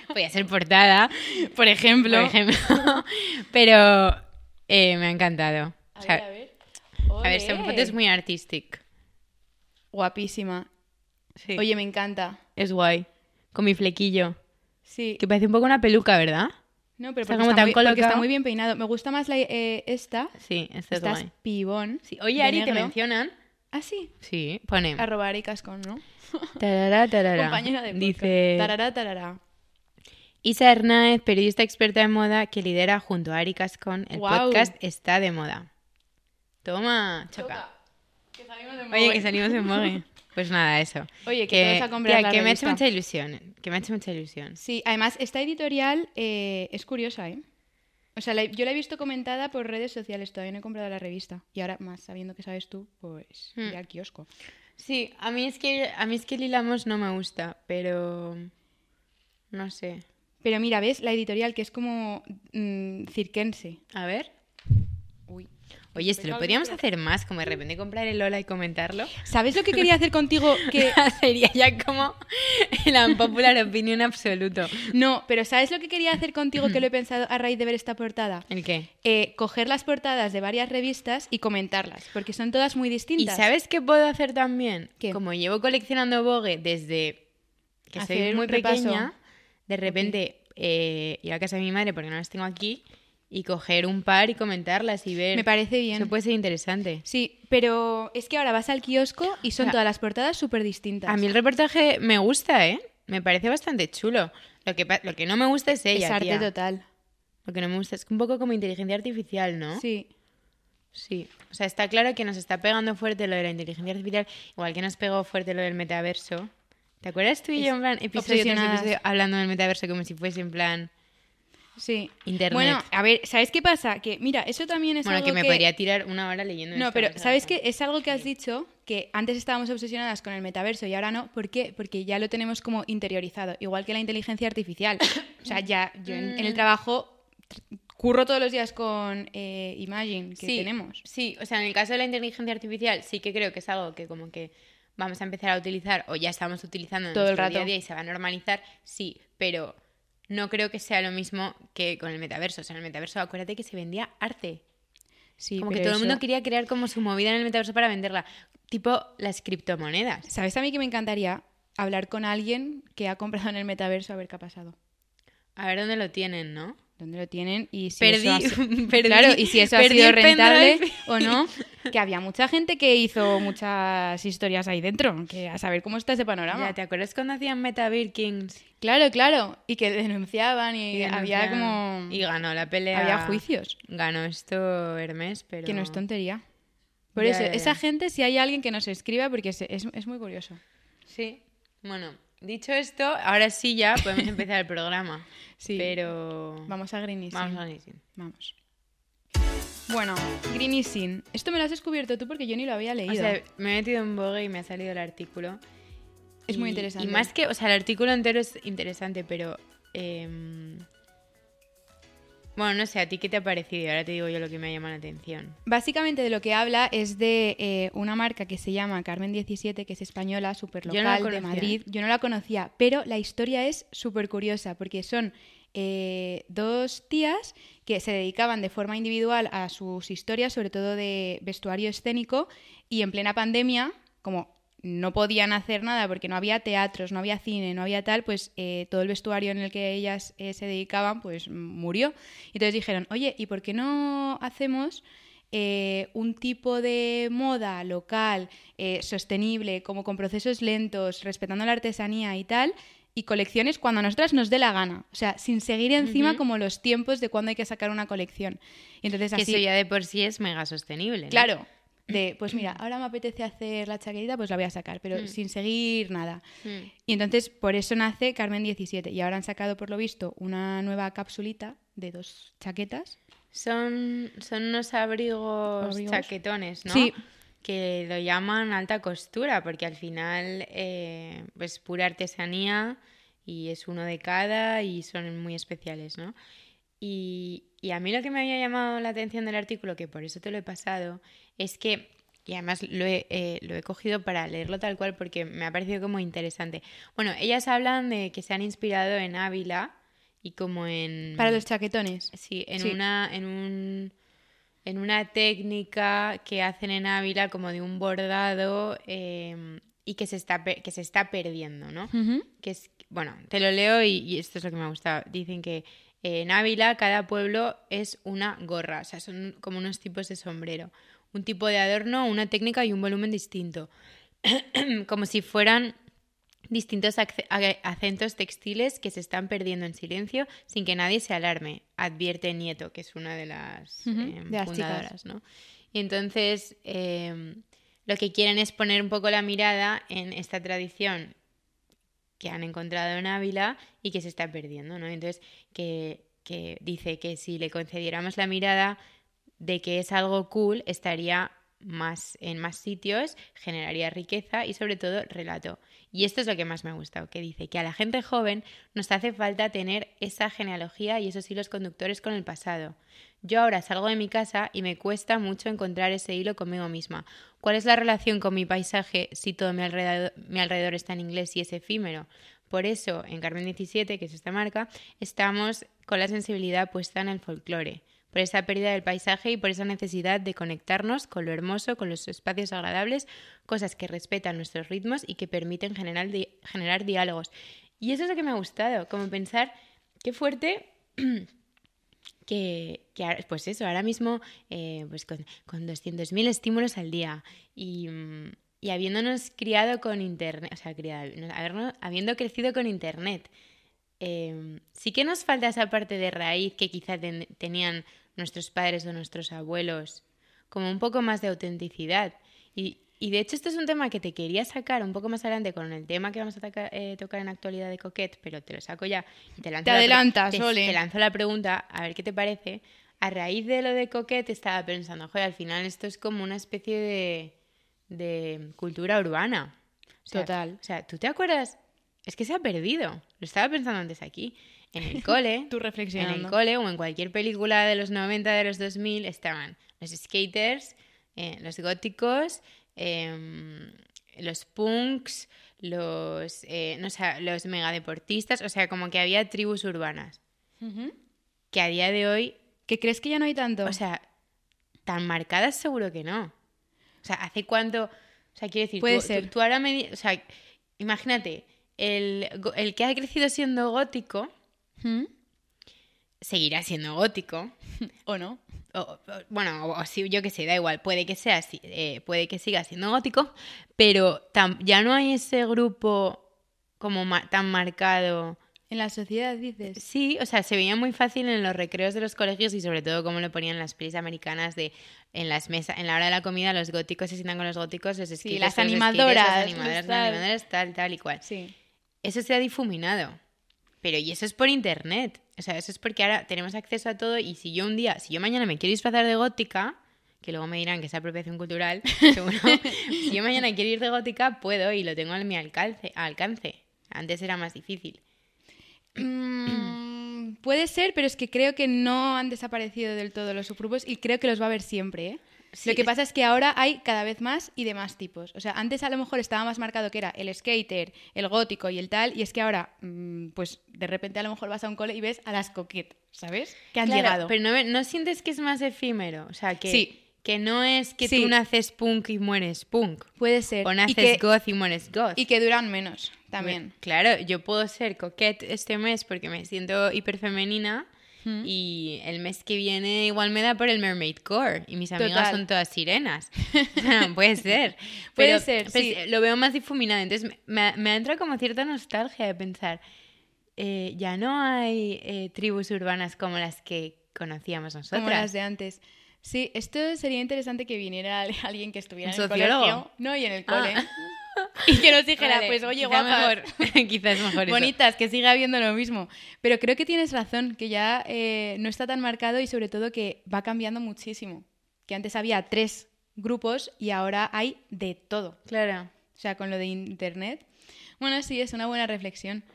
[SPEAKER 2] podía ser portada,
[SPEAKER 1] por ejemplo.
[SPEAKER 2] por ejemplo. pero eh, me ha encantado. O
[SPEAKER 1] A
[SPEAKER 2] sea,
[SPEAKER 1] ver, a ver.
[SPEAKER 2] a ver, son
[SPEAKER 1] Ole.
[SPEAKER 2] fotos muy artistic.
[SPEAKER 1] Guapísima.
[SPEAKER 2] Sí.
[SPEAKER 1] Oye, me encanta.
[SPEAKER 2] Es guay. Con mi flequillo.
[SPEAKER 1] Sí.
[SPEAKER 2] Que parece un poco una peluca, ¿verdad?
[SPEAKER 1] No, pero
[SPEAKER 2] Está
[SPEAKER 1] porque
[SPEAKER 2] como
[SPEAKER 1] está,
[SPEAKER 2] tan
[SPEAKER 1] muy, porque
[SPEAKER 2] colocado.
[SPEAKER 1] está muy bien peinado. Me gusta más la, eh, esta.
[SPEAKER 2] Sí, esto es
[SPEAKER 1] Estás
[SPEAKER 2] guay.
[SPEAKER 1] pibón.
[SPEAKER 2] Sí. Oye,
[SPEAKER 1] de
[SPEAKER 2] Ari, ¿te
[SPEAKER 1] negro.
[SPEAKER 2] mencionan?
[SPEAKER 1] Ah, sí.
[SPEAKER 2] Sí, pone.
[SPEAKER 1] Arroba Ari Cascón, ¿no?
[SPEAKER 2] Tarará, tarará.
[SPEAKER 1] Compañera de podcast.
[SPEAKER 2] Dice.
[SPEAKER 1] Tarará, tarará.
[SPEAKER 2] Isa Hernández, periodista experta en moda que lidera junto a Ari Cascón el
[SPEAKER 1] Guau.
[SPEAKER 2] podcast Está de Moda. Toma, choca.
[SPEAKER 1] Que salimos de
[SPEAKER 2] Oye, que salimos en Vogue. Pues nada, eso.
[SPEAKER 1] Oye, que todos a comprar
[SPEAKER 2] tía,
[SPEAKER 1] la
[SPEAKER 2] que me ha hecho
[SPEAKER 1] revista.
[SPEAKER 2] mucha ilusión. Que me ha hecho mucha ilusión.
[SPEAKER 1] Sí, además esta editorial eh, es curiosa, ¿eh? O sea, la- yo la he visto comentada por redes sociales, todavía no he comprado la revista. Y ahora, más sabiendo que sabes tú, pues
[SPEAKER 2] Hmm.
[SPEAKER 1] ir al kiosco.
[SPEAKER 2] Sí, a mí es que a mí es que Lilamos no me gusta, pero no sé.
[SPEAKER 1] Pero mira, ¿ves? La editorial que es como mm, cirquense.
[SPEAKER 2] A ver.
[SPEAKER 1] Uy.
[SPEAKER 2] Oye, esto lo podríamos hacer más, como de repente comprar el Lola y comentarlo.
[SPEAKER 1] ¿Sabes lo que quería hacer contigo? Que...
[SPEAKER 2] Sería ya como la popular opinión absoluto.
[SPEAKER 1] No, pero ¿sabes lo que quería hacer contigo que lo he pensado a raíz de ver esta portada?
[SPEAKER 2] ¿El qué?
[SPEAKER 1] Eh, coger las portadas de varias revistas y comentarlas, porque son todas muy
[SPEAKER 2] ¿Y
[SPEAKER 1] distintas.
[SPEAKER 2] sabes qué puedo hacer también?
[SPEAKER 1] ¿Qué?
[SPEAKER 2] Como llevo coleccionando Vogue desde que soy
[SPEAKER 1] Hacer
[SPEAKER 2] muy
[SPEAKER 1] un repaso.
[SPEAKER 2] pequeña, de repente eh, ir a casa de mi madre porque no las tengo aquí y coger un par y comentarlas y ver.
[SPEAKER 1] Me parece bien.
[SPEAKER 2] Eso puede ser interesante.
[SPEAKER 1] Sí, pero es que ahora vas al kiosco y son
[SPEAKER 2] Ahora-
[SPEAKER 1] todas las portadas súper distintas.
[SPEAKER 2] A mí el reportaje me gusta, ¿eh? Me parece bastante chulo. Lo que, pa- lo que no me gusta es ella.
[SPEAKER 1] es arte
[SPEAKER 2] tía.
[SPEAKER 1] total.
[SPEAKER 2] Lo que no me gusta es un poco como inteligencia artificial, ¿no?
[SPEAKER 1] Sí.
[SPEAKER 2] ¿Ah? Sí. O sea, está claro que nos está pegando fuerte lo de la inteligencia artificial, igual que nos pegó fuerte lo del metaverso. ¿Te acuerdas tú y yo, en plan, episodio, tras
[SPEAKER 1] obsesionadas.
[SPEAKER 2] episodio, hablando del metaverso como si fuese en plan...
[SPEAKER 1] Sí.
[SPEAKER 2] Internet.
[SPEAKER 1] Bueno, a ver, ¿sabes qué pasa? Que mira, eso también es
[SPEAKER 2] bueno,
[SPEAKER 1] algo
[SPEAKER 2] que me podría tirar una hora leyendo
[SPEAKER 1] No,
[SPEAKER 2] esto, o
[SPEAKER 1] pero
[SPEAKER 2] sea,
[SPEAKER 1] ¿sabes qué? Es algo que has dicho que antes estábamos obsesionadas con el metaverso y ahora no. ¿Por qué? Porque ya lo tenemos como interiorizado, igual que la inteligencia artificial. O sea, ya yo en,
[SPEAKER 2] Mm.
[SPEAKER 1] en el trabajo tr- curro todos los días con eh, Imagine que
[SPEAKER 2] sí,
[SPEAKER 1] tenemos.
[SPEAKER 2] Sí, o sea, en el caso de la inteligencia artificial sí que creo que es algo que como que vamos a empezar a utilizar o ya estamos utilizando en
[SPEAKER 1] Todo el
[SPEAKER 2] nuestro día a
[SPEAKER 1] rato.
[SPEAKER 2] día y se va a normalizar, sí, pero no creo que sea lo mismo que con el metaverso. O sea, en el metaverso acuérdate que se vendía arte.
[SPEAKER 1] Sí,
[SPEAKER 2] como que
[SPEAKER 1] pero
[SPEAKER 2] todo el mundo
[SPEAKER 1] eso-
[SPEAKER 2] quería crear como su movida en el metaverso para venderla. Tipo las criptomonedas.
[SPEAKER 1] ¿Sabes a mí que me encantaría hablar con alguien que ha comprado en el metaverso a ver qué ha pasado?
[SPEAKER 2] A ver dónde lo tienen, ¿no?
[SPEAKER 1] dónde lo tienen y si
[SPEAKER 2] Perdí-
[SPEAKER 1] eso ha si-
[SPEAKER 2] perdí-
[SPEAKER 1] claro, y si eso ha
[SPEAKER 2] perdí
[SPEAKER 1] sido
[SPEAKER 2] el
[SPEAKER 1] rentable
[SPEAKER 2] pendrive.
[SPEAKER 1] o no que había mucha gente que hizo muchas historias ahí dentro que a saber cómo está ese panorama
[SPEAKER 2] Ya, ¿te acuerdas cuando hacían Meta Birkins?
[SPEAKER 1] claro claro y que denunciaban y,
[SPEAKER 2] Y
[SPEAKER 1] había
[SPEAKER 2] denunciaban?
[SPEAKER 1] como
[SPEAKER 2] Y ganó la pelea.
[SPEAKER 1] había juicios
[SPEAKER 2] Ganó esto Hermes, pero...
[SPEAKER 1] que no es tontería por
[SPEAKER 2] Ya,
[SPEAKER 1] eso
[SPEAKER 2] ya, ya.
[SPEAKER 1] esa gente si hay alguien que nos escriba porque se- es, es muy curioso
[SPEAKER 2] Sí. Bueno, dicho esto, ahora sí ya podemos empezar el programa.
[SPEAKER 1] sí
[SPEAKER 2] Pero... Vamos,
[SPEAKER 1] vamos a Greenising
[SPEAKER 2] a decir.
[SPEAKER 1] Vamos. bueno Greenising esto me lo has descubierto tú porque yo ni lo había leído
[SPEAKER 2] O sea, me he metido en Vogue y me ha salido el artículo.
[SPEAKER 1] es muy
[SPEAKER 2] Y-
[SPEAKER 1] interesante
[SPEAKER 2] Y más que, o sea, el artículo entero es interesante, pero... em, bueno, no sé, ¿a ti qué te ha parecido? Ahora te digo yo lo que me ha llamado la atención.
[SPEAKER 1] Básicamente de lo que habla es de eh, una marca que se llama Carmen 17, que es española, súper
[SPEAKER 2] Yo no la
[SPEAKER 1] local, de
[SPEAKER 2] conocía.
[SPEAKER 1] Madrid. Yo no la conocía, pero la historia es súper curiosa porque son eh, dos tías que se dedicaban de forma individual a sus historias, sobre todo de vestuario escénico, y en plena pandemia, como no podían hacer nada porque no había teatros, no había cine, no había tal, pues eh, todo el vestuario en el que ellas eh, se dedicaban, pues murió. Y entonces dijeron, oye, ¿y por qué no hacemos eh, un tipo de moda local, eh, sostenible, como con procesos lentos, respetando la artesanía y tal, y colecciones cuando a nosotras nos dé la gana. O sea, sin seguir encima
[SPEAKER 2] Ujú.
[SPEAKER 1] como los tiempos de cuándo hay que sacar una colección. Y entonces
[SPEAKER 2] Que
[SPEAKER 1] así,
[SPEAKER 2] eso ya de por sí es mega sostenible. ¿no?
[SPEAKER 1] claro, de pues mira, ahora me apetece hacer la chaquetita, pues la voy a sacar, pero
[SPEAKER 2] Mm.
[SPEAKER 1] sin seguir nada.
[SPEAKER 2] Mm.
[SPEAKER 1] Y entonces por eso nace Carmen 17. Y ahora han sacado, por lo visto, una nueva capsulita de dos chaquetas.
[SPEAKER 2] Son, son unos abrigos,
[SPEAKER 1] ¿Abrigos?
[SPEAKER 2] chaquetones, ¿no?
[SPEAKER 1] Sí.
[SPEAKER 2] Que lo llaman alta costura, porque al final eh, pues pura artesanía y es uno de cada y son muy especiales, ¿no? Y, y a mí lo que me había llamado la atención del artículo, que por eso te lo he pasado, es que, y además lo he, eh, lo he cogido para leerlo tal cual porque me ha parecido como interesante. Bueno, ellas hablan de que se han inspirado en Ávila y como en...
[SPEAKER 1] Para los chaquetones.
[SPEAKER 2] Sí, en
[SPEAKER 1] Sí.
[SPEAKER 2] una en un en una técnica que hacen en Ávila como de un bordado eh, y que se está pe- que se está perdiendo, ¿no?
[SPEAKER 1] Ujú.
[SPEAKER 2] que es, bueno, te lo leo y, y esto es lo que me ha gustado. Dicen que eh, en Ávila cada pueblo es una gorra, o sea, son como unos tipos de sombrero, un tipo de adorno, una técnica y un volumen distinto, como si fueran distintos acce- a- acentos textiles que se están perdiendo en silencio sin que nadie se alarme, advierte Nieto, que es una de las,
[SPEAKER 1] Ujú,
[SPEAKER 2] eh,
[SPEAKER 1] de las chicas.
[SPEAKER 2] fundadoras, ¿no? Y entonces eh, lo que quieren es poner un poco la mirada en esta tradición que han encontrado en Ávila y que se está perdiendo, ¿no? Entonces, que, que dice que si le concediéramos la mirada de que es algo cool, estaría más en más sitios, generaría riqueza y sobre todo relato. Y esto es lo que más me ha gustado, que dice que a la gente joven nos hace falta tener esa genealogía y esos hilos conductores con el pasado. Yo ahora salgo de mi casa y me cuesta mucho encontrar ese hilo conmigo misma. ¿Cuál es la relación con mi paisaje si todo mi alrededor, mi alrededor está en inglés y es efímero? Por eso, en Carmen 17, que es esta marca, estamos con la sensibilidad puesta en el folclore, por esa pérdida del paisaje y por esa necesidad de conectarnos con lo hermoso, con los espacios agradables, cosas que respetan nuestros ritmos y que permiten generar, di- generar diálogos. Y eso es lo que me ha gustado, como pensar qué fuerte que, que ahora- pues eso, ahora mismo eh, pues con, con 200.000 estímulos al día y, mm, y habiéndonos criado con internet, o sea, criado, no, habernos- habiendo crecido con internet, eh, sí que nos falta esa parte de raíz que quizá ten- tenían nuestros padres o nuestros abuelos, como un poco más de autenticidad. Y, y de hecho, esto es un tema que te quería sacar un poco más adelante con el tema que vamos a taca- eh, tocar en actualidad de Coquette, pero te lo saco ya. y lanzo
[SPEAKER 1] Te
[SPEAKER 2] la pre-
[SPEAKER 1] adelantas,
[SPEAKER 2] te-
[SPEAKER 1] ole.
[SPEAKER 2] te lanzo la pregunta, a ver qué te parece. A raíz de lo de Coquette estaba pensando, joder, al final esto es como una especie de, de cultura urbana. O sea,
[SPEAKER 1] Total.
[SPEAKER 2] O sea, ¿tú te acuerdas? Es que se ha perdido. Lo estaba pensando antes aquí. En el cole,
[SPEAKER 1] Tú
[SPEAKER 2] en el
[SPEAKER 1] reflexionando.
[SPEAKER 2] cole o en cualquier película de los 90, de los 2000, estaban los skaters, eh, los góticos, em, los punks, los, eh, no, o sea, los megadeportistas, o sea, como que había tribus urbanas,
[SPEAKER 1] Ujú.
[SPEAKER 2] que a día de hoy,
[SPEAKER 1] ¿Que crees que ya no hay tanto?
[SPEAKER 2] o sea, tan marcadas seguro que no. O sea, ¿hace cuánto? O sea, quiero decir,
[SPEAKER 1] Puede
[SPEAKER 2] tú,
[SPEAKER 1] ser.
[SPEAKER 2] tú- tú ahora me... di- O sea, imagínate, el, go- el que ha crecido siendo gótico,
[SPEAKER 1] ¿Mm?
[SPEAKER 2] seguirá siendo gótico.
[SPEAKER 1] ¿O no?
[SPEAKER 2] o- o- bueno, o, o sí, yo que sé, da igual, puede que sea así, eh, puede que siga siendo gótico, pero tam- ya no hay ese grupo como ma- tan marcado.
[SPEAKER 1] En la sociedad dices.
[SPEAKER 2] Sí, o sea, se veía muy fácil en los recreos de los colegios y sobre todo como lo ponían en las pelis americanas de en las mesas, en la hora de la comida los góticos se sientan con los góticos, los skaters,
[SPEAKER 1] las
[SPEAKER 2] con los skaters,
[SPEAKER 1] animadoras,
[SPEAKER 2] las animadoras,
[SPEAKER 1] los
[SPEAKER 2] las
[SPEAKER 1] tal.
[SPEAKER 2] animadoras, tal, tal y cual
[SPEAKER 1] Sí.
[SPEAKER 2] eso se ha difuminado. Pero y eso es por internet. O sea, eso es porque ahora tenemos acceso a todo y si yo un día, si yo mañana me quiero disfrazar de gótica, que luego me dirán que es apropiación cultural, seguro, si yo mañana quiero ir de gótica, puedo y lo tengo a mi alcance. alcance. Antes era más difícil.
[SPEAKER 1] Mm, puede ser, pero es que creo que no han desaparecido del todo los subgrupos y creo que los va a haber siempre. ¿eh?
[SPEAKER 2] Sí,
[SPEAKER 1] lo que
[SPEAKER 2] es-
[SPEAKER 1] pasa es que ahora hay cada vez más y de más tipos. O sea, antes a lo mejor estaba más marcado que era el skater, el gótico y el tal, y es que ahora, mm, pues de repente a lo mejor vas a un cole y ves a las coquettes, ¿sabes? Que han
[SPEAKER 2] Claro,
[SPEAKER 1] llegado.
[SPEAKER 2] Pero no, ve- no sientes que es más efímero. O sea, que,
[SPEAKER 1] Sí.
[SPEAKER 2] que no es que
[SPEAKER 1] Sí.
[SPEAKER 2] tú naces punk y mueres punk.
[SPEAKER 1] Puede ser.
[SPEAKER 2] O
[SPEAKER 1] y,
[SPEAKER 2] naces
[SPEAKER 1] que,
[SPEAKER 2] goth y mueres goth.
[SPEAKER 1] y que duran menos también.
[SPEAKER 2] Bueno, Claro, yo puedo ser coquette este mes porque me siento hiperfemenina y el mes que viene igual me da por el mermaid core y mis amigas
[SPEAKER 1] Total.
[SPEAKER 2] son todas sirenas. O sea, Puede ser.
[SPEAKER 1] Puede
[SPEAKER 2] Pero,
[SPEAKER 1] ser,
[SPEAKER 2] pues,
[SPEAKER 1] sí.
[SPEAKER 2] Lo veo más difuminado, entonces me- me, me entra como cierta nostalgia de pensar, eh, ya no hay eh, tribus urbanas como las que conocíamos nosotras.
[SPEAKER 1] Como las de antes. Sí, esto sería interesante que viniera al- alguien que estuviera
[SPEAKER 2] ¿Un
[SPEAKER 1] en el
[SPEAKER 2] sociólogo?
[SPEAKER 1] colegio. No, y en el cole.
[SPEAKER 2] Ah.
[SPEAKER 1] Y que nos dijera,
[SPEAKER 2] Vale,
[SPEAKER 1] pues oye,
[SPEAKER 2] quizá
[SPEAKER 1] guapas,
[SPEAKER 2] mejor- quizás mejor eso.
[SPEAKER 1] bonitas, que siga habiendo lo mismo. Pero creo que tienes razón, que ya eh, no está tan marcado y sobre todo que va cambiando muchísimo. Que antes había tres grupos y ahora hay de todo.
[SPEAKER 2] Claro.
[SPEAKER 1] O sea, con lo de internet. Bueno, sí, es una buena reflexión.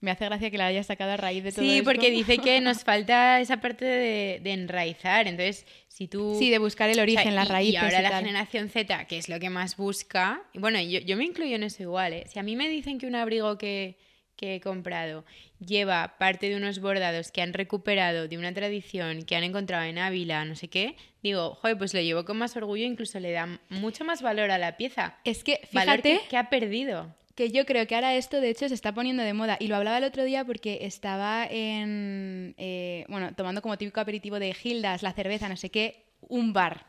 [SPEAKER 1] Me hace gracia que la hayas sacado a raíz de todo
[SPEAKER 2] Sí,
[SPEAKER 1] esto.
[SPEAKER 2] porque dice que nos falta esa parte de, de enraizar. Entonces, si tú.
[SPEAKER 1] Sí, de buscar el
[SPEAKER 2] o sea,
[SPEAKER 1] origen, las
[SPEAKER 2] y-
[SPEAKER 1] raíces
[SPEAKER 2] Y ahora
[SPEAKER 1] y
[SPEAKER 2] la
[SPEAKER 1] tal.
[SPEAKER 2] generación Z, que es lo que más busca. y Bueno, yo, yo me incluyo en eso igual. ¿eh? Si a mí me dicen que un abrigo que, que he comprado lleva parte de unos bordados que han recuperado de una tradición que han encontrado en Ávila, no sé qué, digo, joder, pues lo llevo con más orgullo, incluso le da mucho más valor a la pieza.
[SPEAKER 1] Es que,
[SPEAKER 2] Valor
[SPEAKER 1] fíjate...
[SPEAKER 2] que, que ha perdido.
[SPEAKER 1] Que yo creo que ahora esto, de hecho, se está poniendo de moda. Y lo hablaba el otro día porque estaba en. eh, bueno, tomando como típico aperitivo de Gildas, la cerveza, no sé qué, un bar.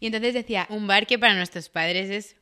[SPEAKER 1] Y entonces decía,
[SPEAKER 2] Un bar que para nuestros padres es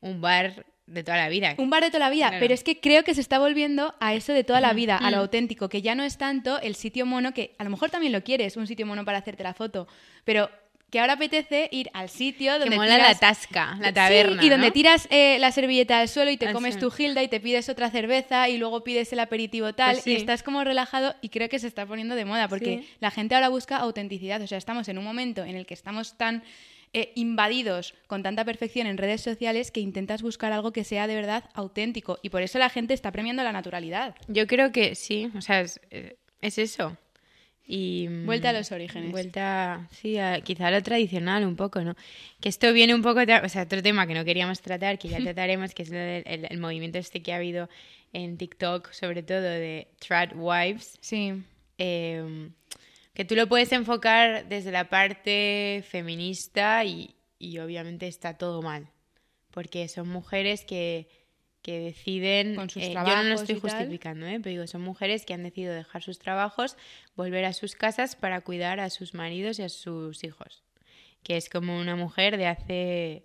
[SPEAKER 2] un bar de toda la vida.
[SPEAKER 1] un bar de toda la vida,
[SPEAKER 2] Claro.
[SPEAKER 1] pero es que creo que se está volviendo a eso de toda la vida, a lo
[SPEAKER 2] mm.
[SPEAKER 1] auténtico, que ya no es tanto el sitio mono, que a lo mejor también lo quieres, un sitio mono para hacerte la foto, pero que ahora apetece ir al sitio donde
[SPEAKER 2] que mola
[SPEAKER 1] tiras-
[SPEAKER 2] la tasca, la
[SPEAKER 1] Sí,
[SPEAKER 2] taberna.
[SPEAKER 1] y donde
[SPEAKER 2] ¿no? Ah,
[SPEAKER 1] tiras eh, la servilleta al suelo y te
[SPEAKER 2] Al
[SPEAKER 1] comes
[SPEAKER 2] suelo.
[SPEAKER 1] tu gilda y te pides otra cerveza y luego pides el aperitivo tal
[SPEAKER 2] Pues sí.
[SPEAKER 1] y estás como relajado y creo que se está poniendo de moda porque
[SPEAKER 2] Sí.
[SPEAKER 1] la gente ahora busca autenticidad. O sea, estamos en un momento en el que estamos tan eh, invadidos con tanta perfección en redes sociales que intentas buscar algo que sea de verdad auténtico. Y por eso la gente está premiando la naturalidad.
[SPEAKER 2] Yo creo que sí, o sea, es, eh, es eso. Y, mm,
[SPEAKER 1] Vuelta a los orígenes.
[SPEAKER 2] Vuelta, sí, a- quizá a lo tradicional un poco, ¿no? Que esto viene un poco, ta- o sea, otro tema que no queríamos tratar, que ya trataremos, que es lo del- el, el movimiento este que ha habido en TikTok, sobre todo de trad wives,
[SPEAKER 1] Sí.
[SPEAKER 2] eh, que tú lo puedes enfocar desde la parte feminista y, y obviamente está todo mal, porque son mujeres que, que deciden,
[SPEAKER 1] Con sus
[SPEAKER 2] eh, yo no lo
[SPEAKER 1] trabajos
[SPEAKER 2] estoy
[SPEAKER 1] y tal.
[SPEAKER 2] justificando, ¿eh? pero digo, son mujeres que han decidido dejar sus trabajos, volver a sus casas para cuidar a sus maridos y a sus hijos, que es como una mujer de hace...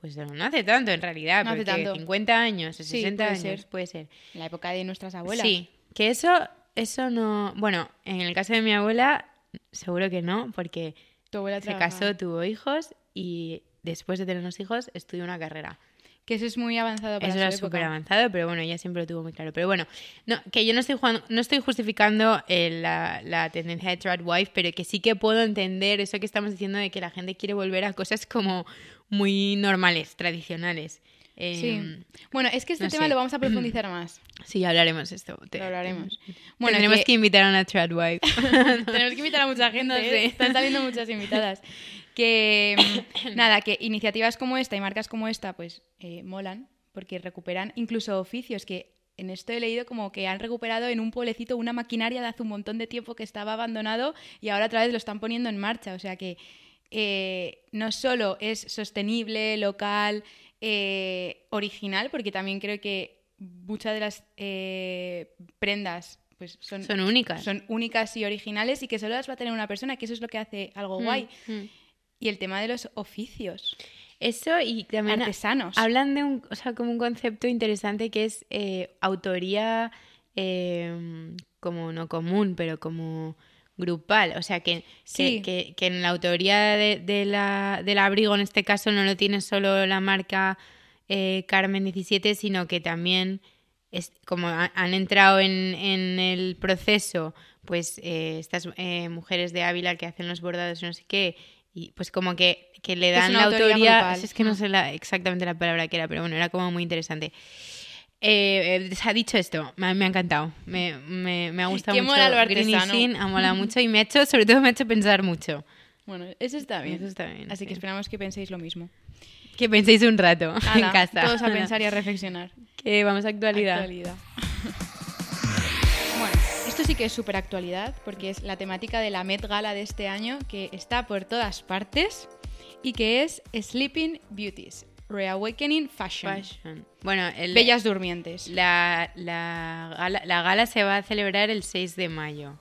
[SPEAKER 2] Pues no no hace tanto en realidad,
[SPEAKER 1] No hace
[SPEAKER 2] porque
[SPEAKER 1] tanto.
[SPEAKER 2] 50 años o
[SPEAKER 1] Sí,
[SPEAKER 2] 60
[SPEAKER 1] puede
[SPEAKER 2] años
[SPEAKER 1] ser.
[SPEAKER 2] puede ser.
[SPEAKER 1] En la época de nuestras abuelas.
[SPEAKER 2] Sí, que eso, eso no. Bueno, en el caso de mi abuela, seguro que no, porque
[SPEAKER 1] Tu abuela
[SPEAKER 2] se
[SPEAKER 1] trabajaba.
[SPEAKER 2] casó, tuvo hijos y después de tener unos hijos estudió una carrera.
[SPEAKER 1] Que eso es muy avanzado para
[SPEAKER 2] Eso
[SPEAKER 1] su
[SPEAKER 2] era
[SPEAKER 1] época.
[SPEAKER 2] súper avanzado, pero bueno, ella siempre lo tuvo muy claro. Pero bueno, no, que yo no estoy, jugando- no estoy justificando eh, la, la tendencia de trad wife, pero que sí que puedo entender eso que estamos diciendo de que la gente quiere volver a cosas como muy normales, tradicionales.
[SPEAKER 1] Sí.
[SPEAKER 2] Eh,
[SPEAKER 1] Bueno, es que este
[SPEAKER 2] no
[SPEAKER 1] tema
[SPEAKER 2] sé.
[SPEAKER 1] lo vamos a profundizar más.
[SPEAKER 2] sí. hablaremos esto. te-
[SPEAKER 1] Lo hablaremos.
[SPEAKER 2] Bueno,
[SPEAKER 1] Bueno,
[SPEAKER 2] tenemos que...
[SPEAKER 1] que-
[SPEAKER 2] invitar a una trad wife.
[SPEAKER 1] Tenemos que invitar a mucha gente,
[SPEAKER 2] No
[SPEAKER 1] ¿eh?
[SPEAKER 2] sé.
[SPEAKER 1] están saliendo muchas invitadas. Que mm, nada, que iniciativas como esta y marcas como esta, pues eh, molan, porque recuperan incluso oficios que en esto he leído como que han recuperado en un pueblecito una maquinaria de hace un montón de tiempo que estaba abandonado y ahora otra vez lo están poniendo en marcha. O sea que eh, no solo es sostenible, local, eh, original, porque también creo que muchas de las eh, prendas pues son,
[SPEAKER 2] Son únicas.
[SPEAKER 1] son únicas y originales y que solo las va a tener una persona, que eso es lo que hace algo
[SPEAKER 2] Mm,
[SPEAKER 1] guay.
[SPEAKER 2] mm.
[SPEAKER 1] Y el tema de los oficios
[SPEAKER 2] Eso y también
[SPEAKER 1] artesanos.
[SPEAKER 2] hablan de un, o sea, como un concepto interesante que es eh, autoría eh, como no común, pero como grupal. O sea, que, que-
[SPEAKER 1] Sí.
[SPEAKER 2] que, que en la autoría de, de la, del abrigo, en este caso, no lo tiene solo la marca eh, Carmen 17, sino que también es, como ha- han entrado en, en el proceso, pues eh, estas eh, mujeres de Ávila que hacen los bordados y no sé qué, y pues como que, que le
[SPEAKER 1] Que es
[SPEAKER 2] dan
[SPEAKER 1] una
[SPEAKER 2] la
[SPEAKER 1] autoría
[SPEAKER 2] autoría,
[SPEAKER 1] grupal.
[SPEAKER 2] es que no
[SPEAKER 1] Mm.
[SPEAKER 2] sé la- exactamente la palabra que era, pero bueno, era como muy interesante. Eh, eh, se ha dicho esto, me ha, me ha encantado, me, me- me ha gustado
[SPEAKER 1] Qué
[SPEAKER 2] mucho.
[SPEAKER 1] mola lo
[SPEAKER 2] Green is
[SPEAKER 1] artesano.
[SPEAKER 2] in, ha molado mucho y me ha hecho, sobre todo me ha hecho pensar mucho.
[SPEAKER 1] Bueno, eso está bien.
[SPEAKER 2] Eso está bien,
[SPEAKER 1] Así que
[SPEAKER 2] sí.
[SPEAKER 1] esperamos que penséis lo mismo.
[SPEAKER 2] Que penséis un rato en
[SPEAKER 1] Ala,
[SPEAKER 2] casa.
[SPEAKER 1] Todos a pensar y a reflexionar.
[SPEAKER 2] Que vamos a actualidad.
[SPEAKER 1] Actualidad. bueno, esto sí que es súper actualidad porque es la temática de la Met Gala de este año que está por todas partes y que es Sleeping Beauties, Reawakening Fashion.
[SPEAKER 2] Fashion. Bueno, el,
[SPEAKER 1] Bellas durmientes.
[SPEAKER 2] La, la, gala, la gala se va a celebrar el 6 de mayo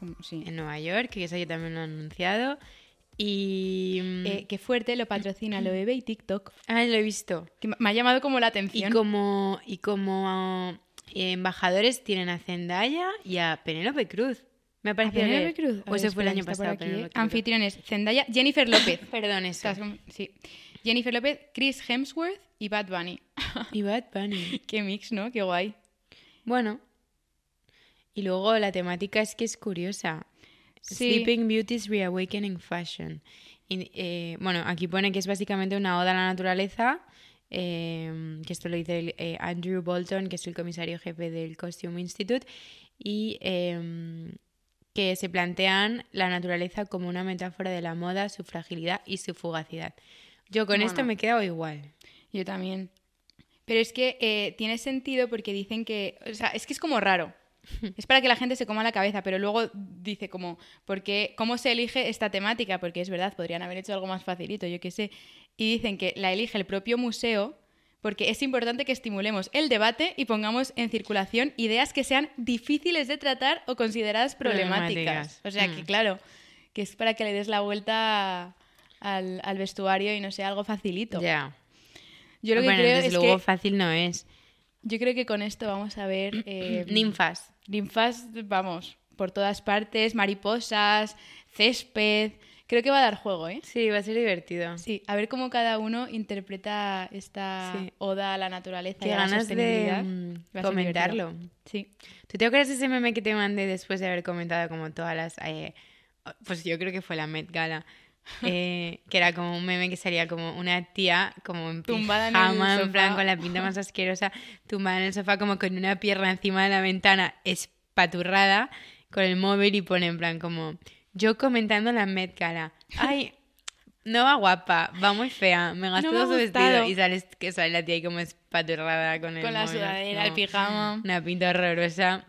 [SPEAKER 1] Como- sí.
[SPEAKER 2] en Nueva York, que eso yo también lo he anunciado. Y. mm,
[SPEAKER 1] Eh, qué fuerte, lo patrocina lo bebe y TikTok.
[SPEAKER 2] ah, lo he visto.
[SPEAKER 1] Que me- me ha llamado como la
[SPEAKER 2] Y
[SPEAKER 1] atención.
[SPEAKER 2] como, y como eh, embajadores tienen a Zendaya y a Penélope Cruz. Me ha
[SPEAKER 1] A
[SPEAKER 2] parecido
[SPEAKER 1] Penélope
[SPEAKER 2] leer.
[SPEAKER 1] Cruz. A
[SPEAKER 2] O
[SPEAKER 1] ver,
[SPEAKER 2] ese fue el
[SPEAKER 1] espera,
[SPEAKER 2] año
[SPEAKER 1] está por
[SPEAKER 2] pasado.
[SPEAKER 1] aquí,
[SPEAKER 2] Penélope
[SPEAKER 1] eh.
[SPEAKER 2] Cruz.
[SPEAKER 1] Anfitriones, Zendaya, Jennifer López.
[SPEAKER 2] Perdón, eso.
[SPEAKER 1] Estás con- sí. Jennifer López, Chris Hemsworth y Bad Bunny.
[SPEAKER 2] Y Bad Bunny.
[SPEAKER 1] Qué mix, ¿no? Qué guay.
[SPEAKER 2] Bueno. Y luego la temática es que es curiosa.
[SPEAKER 1] Sí.
[SPEAKER 2] Sleeping Beauty's Reawakening Fashion. Y, eh, bueno, aquí pone que es básicamente una oda a la naturaleza, eh, que esto lo dice el, eh, Andrew Bolton, que es el comisario jefe del Costume Institute, y eh, que se plantean la naturaleza como una metáfora de la moda, su fragilidad y su fugacidad. Yo con esto
[SPEAKER 1] Bueno.
[SPEAKER 2] me he quedado igual.
[SPEAKER 1] Yo también. Pero es que eh, tiene sentido porque dicen que. O sea, es que es como raro. Es para que la gente se coma la cabeza, pero luego dice como, ¿por qué- ¿cómo se elige esta temática? Porque es verdad, podrían haber hecho algo más facilito, yo qué sé. Y dicen que la elige el propio museo porque es importante que estimulemos el debate y pongamos en circulación ideas que sean difíciles de tratar o consideradas problemáticas.
[SPEAKER 2] Problemáticas.
[SPEAKER 1] O sea
[SPEAKER 2] Mm.
[SPEAKER 1] que, claro, que es para que le des la vuelta al, al vestuario y no sea algo facilito.
[SPEAKER 2] Ya.
[SPEAKER 1] Yo lo que
[SPEAKER 2] bueno,
[SPEAKER 1] creo
[SPEAKER 2] desde
[SPEAKER 1] es
[SPEAKER 2] luego
[SPEAKER 1] que
[SPEAKER 2] fácil no es.
[SPEAKER 1] yo creo que con esto vamos a ver eh,
[SPEAKER 2] Ninfas.
[SPEAKER 1] ninfas, vamos, por todas partes, mariposas, césped. Creo que va a dar juego, ¿eh?
[SPEAKER 2] Sí, va a ser divertido.
[SPEAKER 1] Sí, a ver cómo cada uno interpreta esta
[SPEAKER 2] Sí.
[SPEAKER 1] oda a la naturaleza
[SPEAKER 2] Qué
[SPEAKER 1] y a la
[SPEAKER 2] ganas de
[SPEAKER 1] sostenibilidad.
[SPEAKER 2] mm,
[SPEAKER 1] Va a ser
[SPEAKER 2] comentarlo.
[SPEAKER 1] Sí.
[SPEAKER 2] ¿Tú te acuerdas de ese meme que te mandé después de haber comentado como todas las... eh, pues yo creo que fue la Met Gala, eh, que era como un meme que salía como una tía como en
[SPEAKER 1] Tumbada en
[SPEAKER 2] pijama,
[SPEAKER 1] el
[SPEAKER 2] en plan
[SPEAKER 1] sofá.
[SPEAKER 2] con la pinta más asquerosa, tumbada en el sofá como con una pierna encima de la ventana, espaturrada, con el móvil y pone en plan como yo comentando la Met Gala. Ay, no va guapa, va muy fea, me gastó
[SPEAKER 1] me ha
[SPEAKER 2] su vestido
[SPEAKER 1] gustado.
[SPEAKER 2] y sale este, que sale la tía ahí como espaturrada con el
[SPEAKER 1] Con la
[SPEAKER 2] móvil,
[SPEAKER 1] sudadera,
[SPEAKER 2] como
[SPEAKER 1] el pijama.
[SPEAKER 2] Una pinta horrorosa.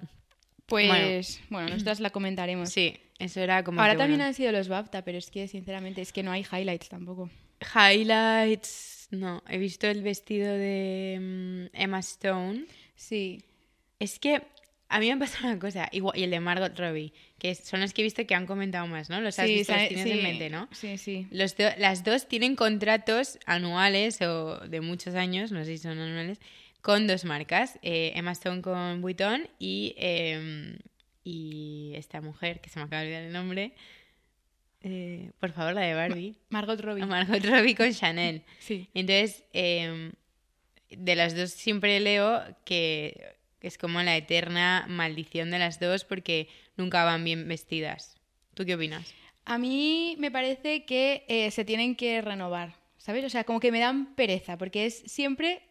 [SPEAKER 1] Pues, bueno, nosotras la comentaremos.
[SPEAKER 2] Sí, eso era como
[SPEAKER 1] Ahora
[SPEAKER 2] que,
[SPEAKER 1] también
[SPEAKER 2] bueno,
[SPEAKER 1] han sido los BAFTA, pero es que, sinceramente, es que no hay highlights tampoco.
[SPEAKER 2] Highlights. No, he visto el vestido de mm, Emma Stone.
[SPEAKER 1] Sí.
[SPEAKER 2] Es que a mí me pasa una cosa, igual, y el de Margot Robbie, que son los que he visto que han comentado más, ¿no? Los has
[SPEAKER 1] sí,
[SPEAKER 2] visto, los
[SPEAKER 1] sabe-
[SPEAKER 2] tienes
[SPEAKER 1] sí,
[SPEAKER 2] en mente, ¿no?
[SPEAKER 1] Sí, sí.
[SPEAKER 2] Los do- las dos tienen contratos anuales o de muchos años, no sé si son anuales, con dos marcas, eh, Emma Stone con Vuitton y, eh, y esta mujer, que se me acaba de olvidar el nombre, eh, por favor, la de Barbie,
[SPEAKER 1] Margot Robbie.
[SPEAKER 2] Margot Robbie con Chanel.
[SPEAKER 1] sí.
[SPEAKER 2] Entonces, eh, de las dos siempre leo que es como la eterna maldición de las dos porque nunca van bien vestidas. ¿Tú qué opinas?
[SPEAKER 1] A mí me parece que eh, se tienen que renovar, ¿sabes? O sea, como que me dan pereza, porque es siempre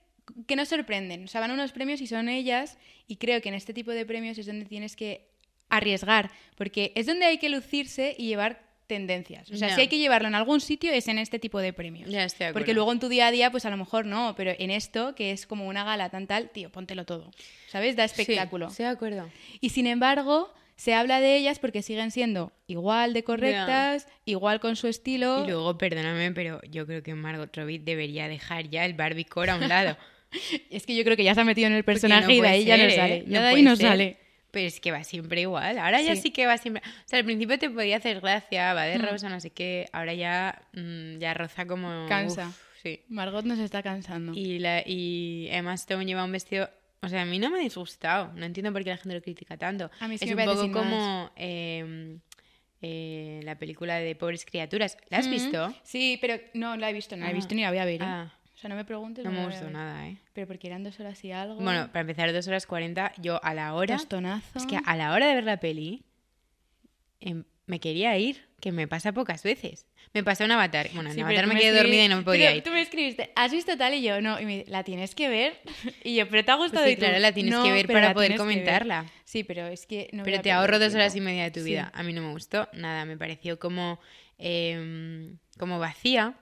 [SPEAKER 1] que nos sorprenden. O sea, van a unos premios y son ellas, y creo que en este tipo de premios es donde tienes que arriesgar, porque es donde hay que lucirse y llevar tendencias. O sea,
[SPEAKER 2] Ya.
[SPEAKER 1] si hay que llevarlo en algún sitio es en este tipo de premios.
[SPEAKER 2] Ya estoy de acuerdo.
[SPEAKER 1] Porque luego en tu día a día, pues a lo mejor no, pero en esto, que es como una gala tan tal, tío, póntelo todo. ¿Sabes? Da espectáculo.
[SPEAKER 2] Sí, estoy de acuerdo.
[SPEAKER 1] Y sin embargo, se habla de ellas porque siguen siendo igual de correctas, igual con su estilo.
[SPEAKER 2] Y luego, perdóname, pero yo creo que Margot Robbie debería dejar ya el barbicore a un lado.
[SPEAKER 1] Es que yo creo que ya se ha metido en el
[SPEAKER 2] Porque
[SPEAKER 1] personaje y de
[SPEAKER 2] puede
[SPEAKER 1] ahí ya no
[SPEAKER 2] ser, ¿eh?
[SPEAKER 1] sale. Ya de ahí
[SPEAKER 2] puede
[SPEAKER 1] no
[SPEAKER 2] ser.
[SPEAKER 1] sale.
[SPEAKER 2] Pero es que va siempre igual. Ahora ya
[SPEAKER 1] Sí.
[SPEAKER 2] sí. que va siempre. O sea, al principio te podía hacer gracia, va de
[SPEAKER 1] Mm.
[SPEAKER 2] rosa, no sé qué. Ahora ya, mm, ya roza como.
[SPEAKER 1] Cansa.
[SPEAKER 2] uf, sí.
[SPEAKER 1] Margot nos está cansando.
[SPEAKER 2] Y, la, y Emma Stone lleva un vestido. O sea, a mí no me ha disgustado. No entiendo por qué la gente lo critica tanto.
[SPEAKER 1] A mí sí
[SPEAKER 2] es
[SPEAKER 1] me
[SPEAKER 2] un
[SPEAKER 1] parece
[SPEAKER 2] poco
[SPEAKER 1] sin
[SPEAKER 2] como eh, eh, la película de Pobres Criaturas. ¿La has
[SPEAKER 1] Mm.
[SPEAKER 2] visto?
[SPEAKER 1] Sí, pero no la he visto, no la he
[SPEAKER 2] Ah.
[SPEAKER 1] visto ni la voy a ver. ¿eh?
[SPEAKER 2] Ah,
[SPEAKER 1] O sea, no me preguntes.
[SPEAKER 2] no
[SPEAKER 1] la
[SPEAKER 2] me
[SPEAKER 1] voy a
[SPEAKER 2] gustó
[SPEAKER 1] ver.
[SPEAKER 2] nada, ¿eh?
[SPEAKER 1] Pero porque eran dos horas y algo.
[SPEAKER 2] Bueno, para empezar, 2 horas 40, yo a la hora.
[SPEAKER 1] tostonazo.
[SPEAKER 2] Es que ah, a la hora de ver la peli, em, me quería ir, que me pasa pocas veces. Me pasó un avatar. Bueno, en
[SPEAKER 1] Sí, pero
[SPEAKER 2] avatar
[SPEAKER 1] tú
[SPEAKER 2] me quedé
[SPEAKER 1] escribiste-
[SPEAKER 2] dormida y no me podía
[SPEAKER 1] pero
[SPEAKER 2] ir.
[SPEAKER 1] Tú me escribiste, ¿has visto tal? Y yo, no. Y me dice, la tienes que ver. Y yo, pero te ha gustado.
[SPEAKER 2] Pues sí,
[SPEAKER 1] Y tú,
[SPEAKER 2] claro, la tienes
[SPEAKER 1] "No,
[SPEAKER 2] que ver
[SPEAKER 1] pero
[SPEAKER 2] para
[SPEAKER 1] la
[SPEAKER 2] poder
[SPEAKER 1] tienes que ver".
[SPEAKER 2] comentarla.
[SPEAKER 1] Sí, pero es que no voy
[SPEAKER 2] Pero
[SPEAKER 1] a
[SPEAKER 2] te
[SPEAKER 1] perder
[SPEAKER 2] ahorro dos
[SPEAKER 1] tiempo.
[SPEAKER 2] horas y media de tu
[SPEAKER 1] Sí.
[SPEAKER 2] vida. A mí no me gustó nada, me pareció como, em, como vacía,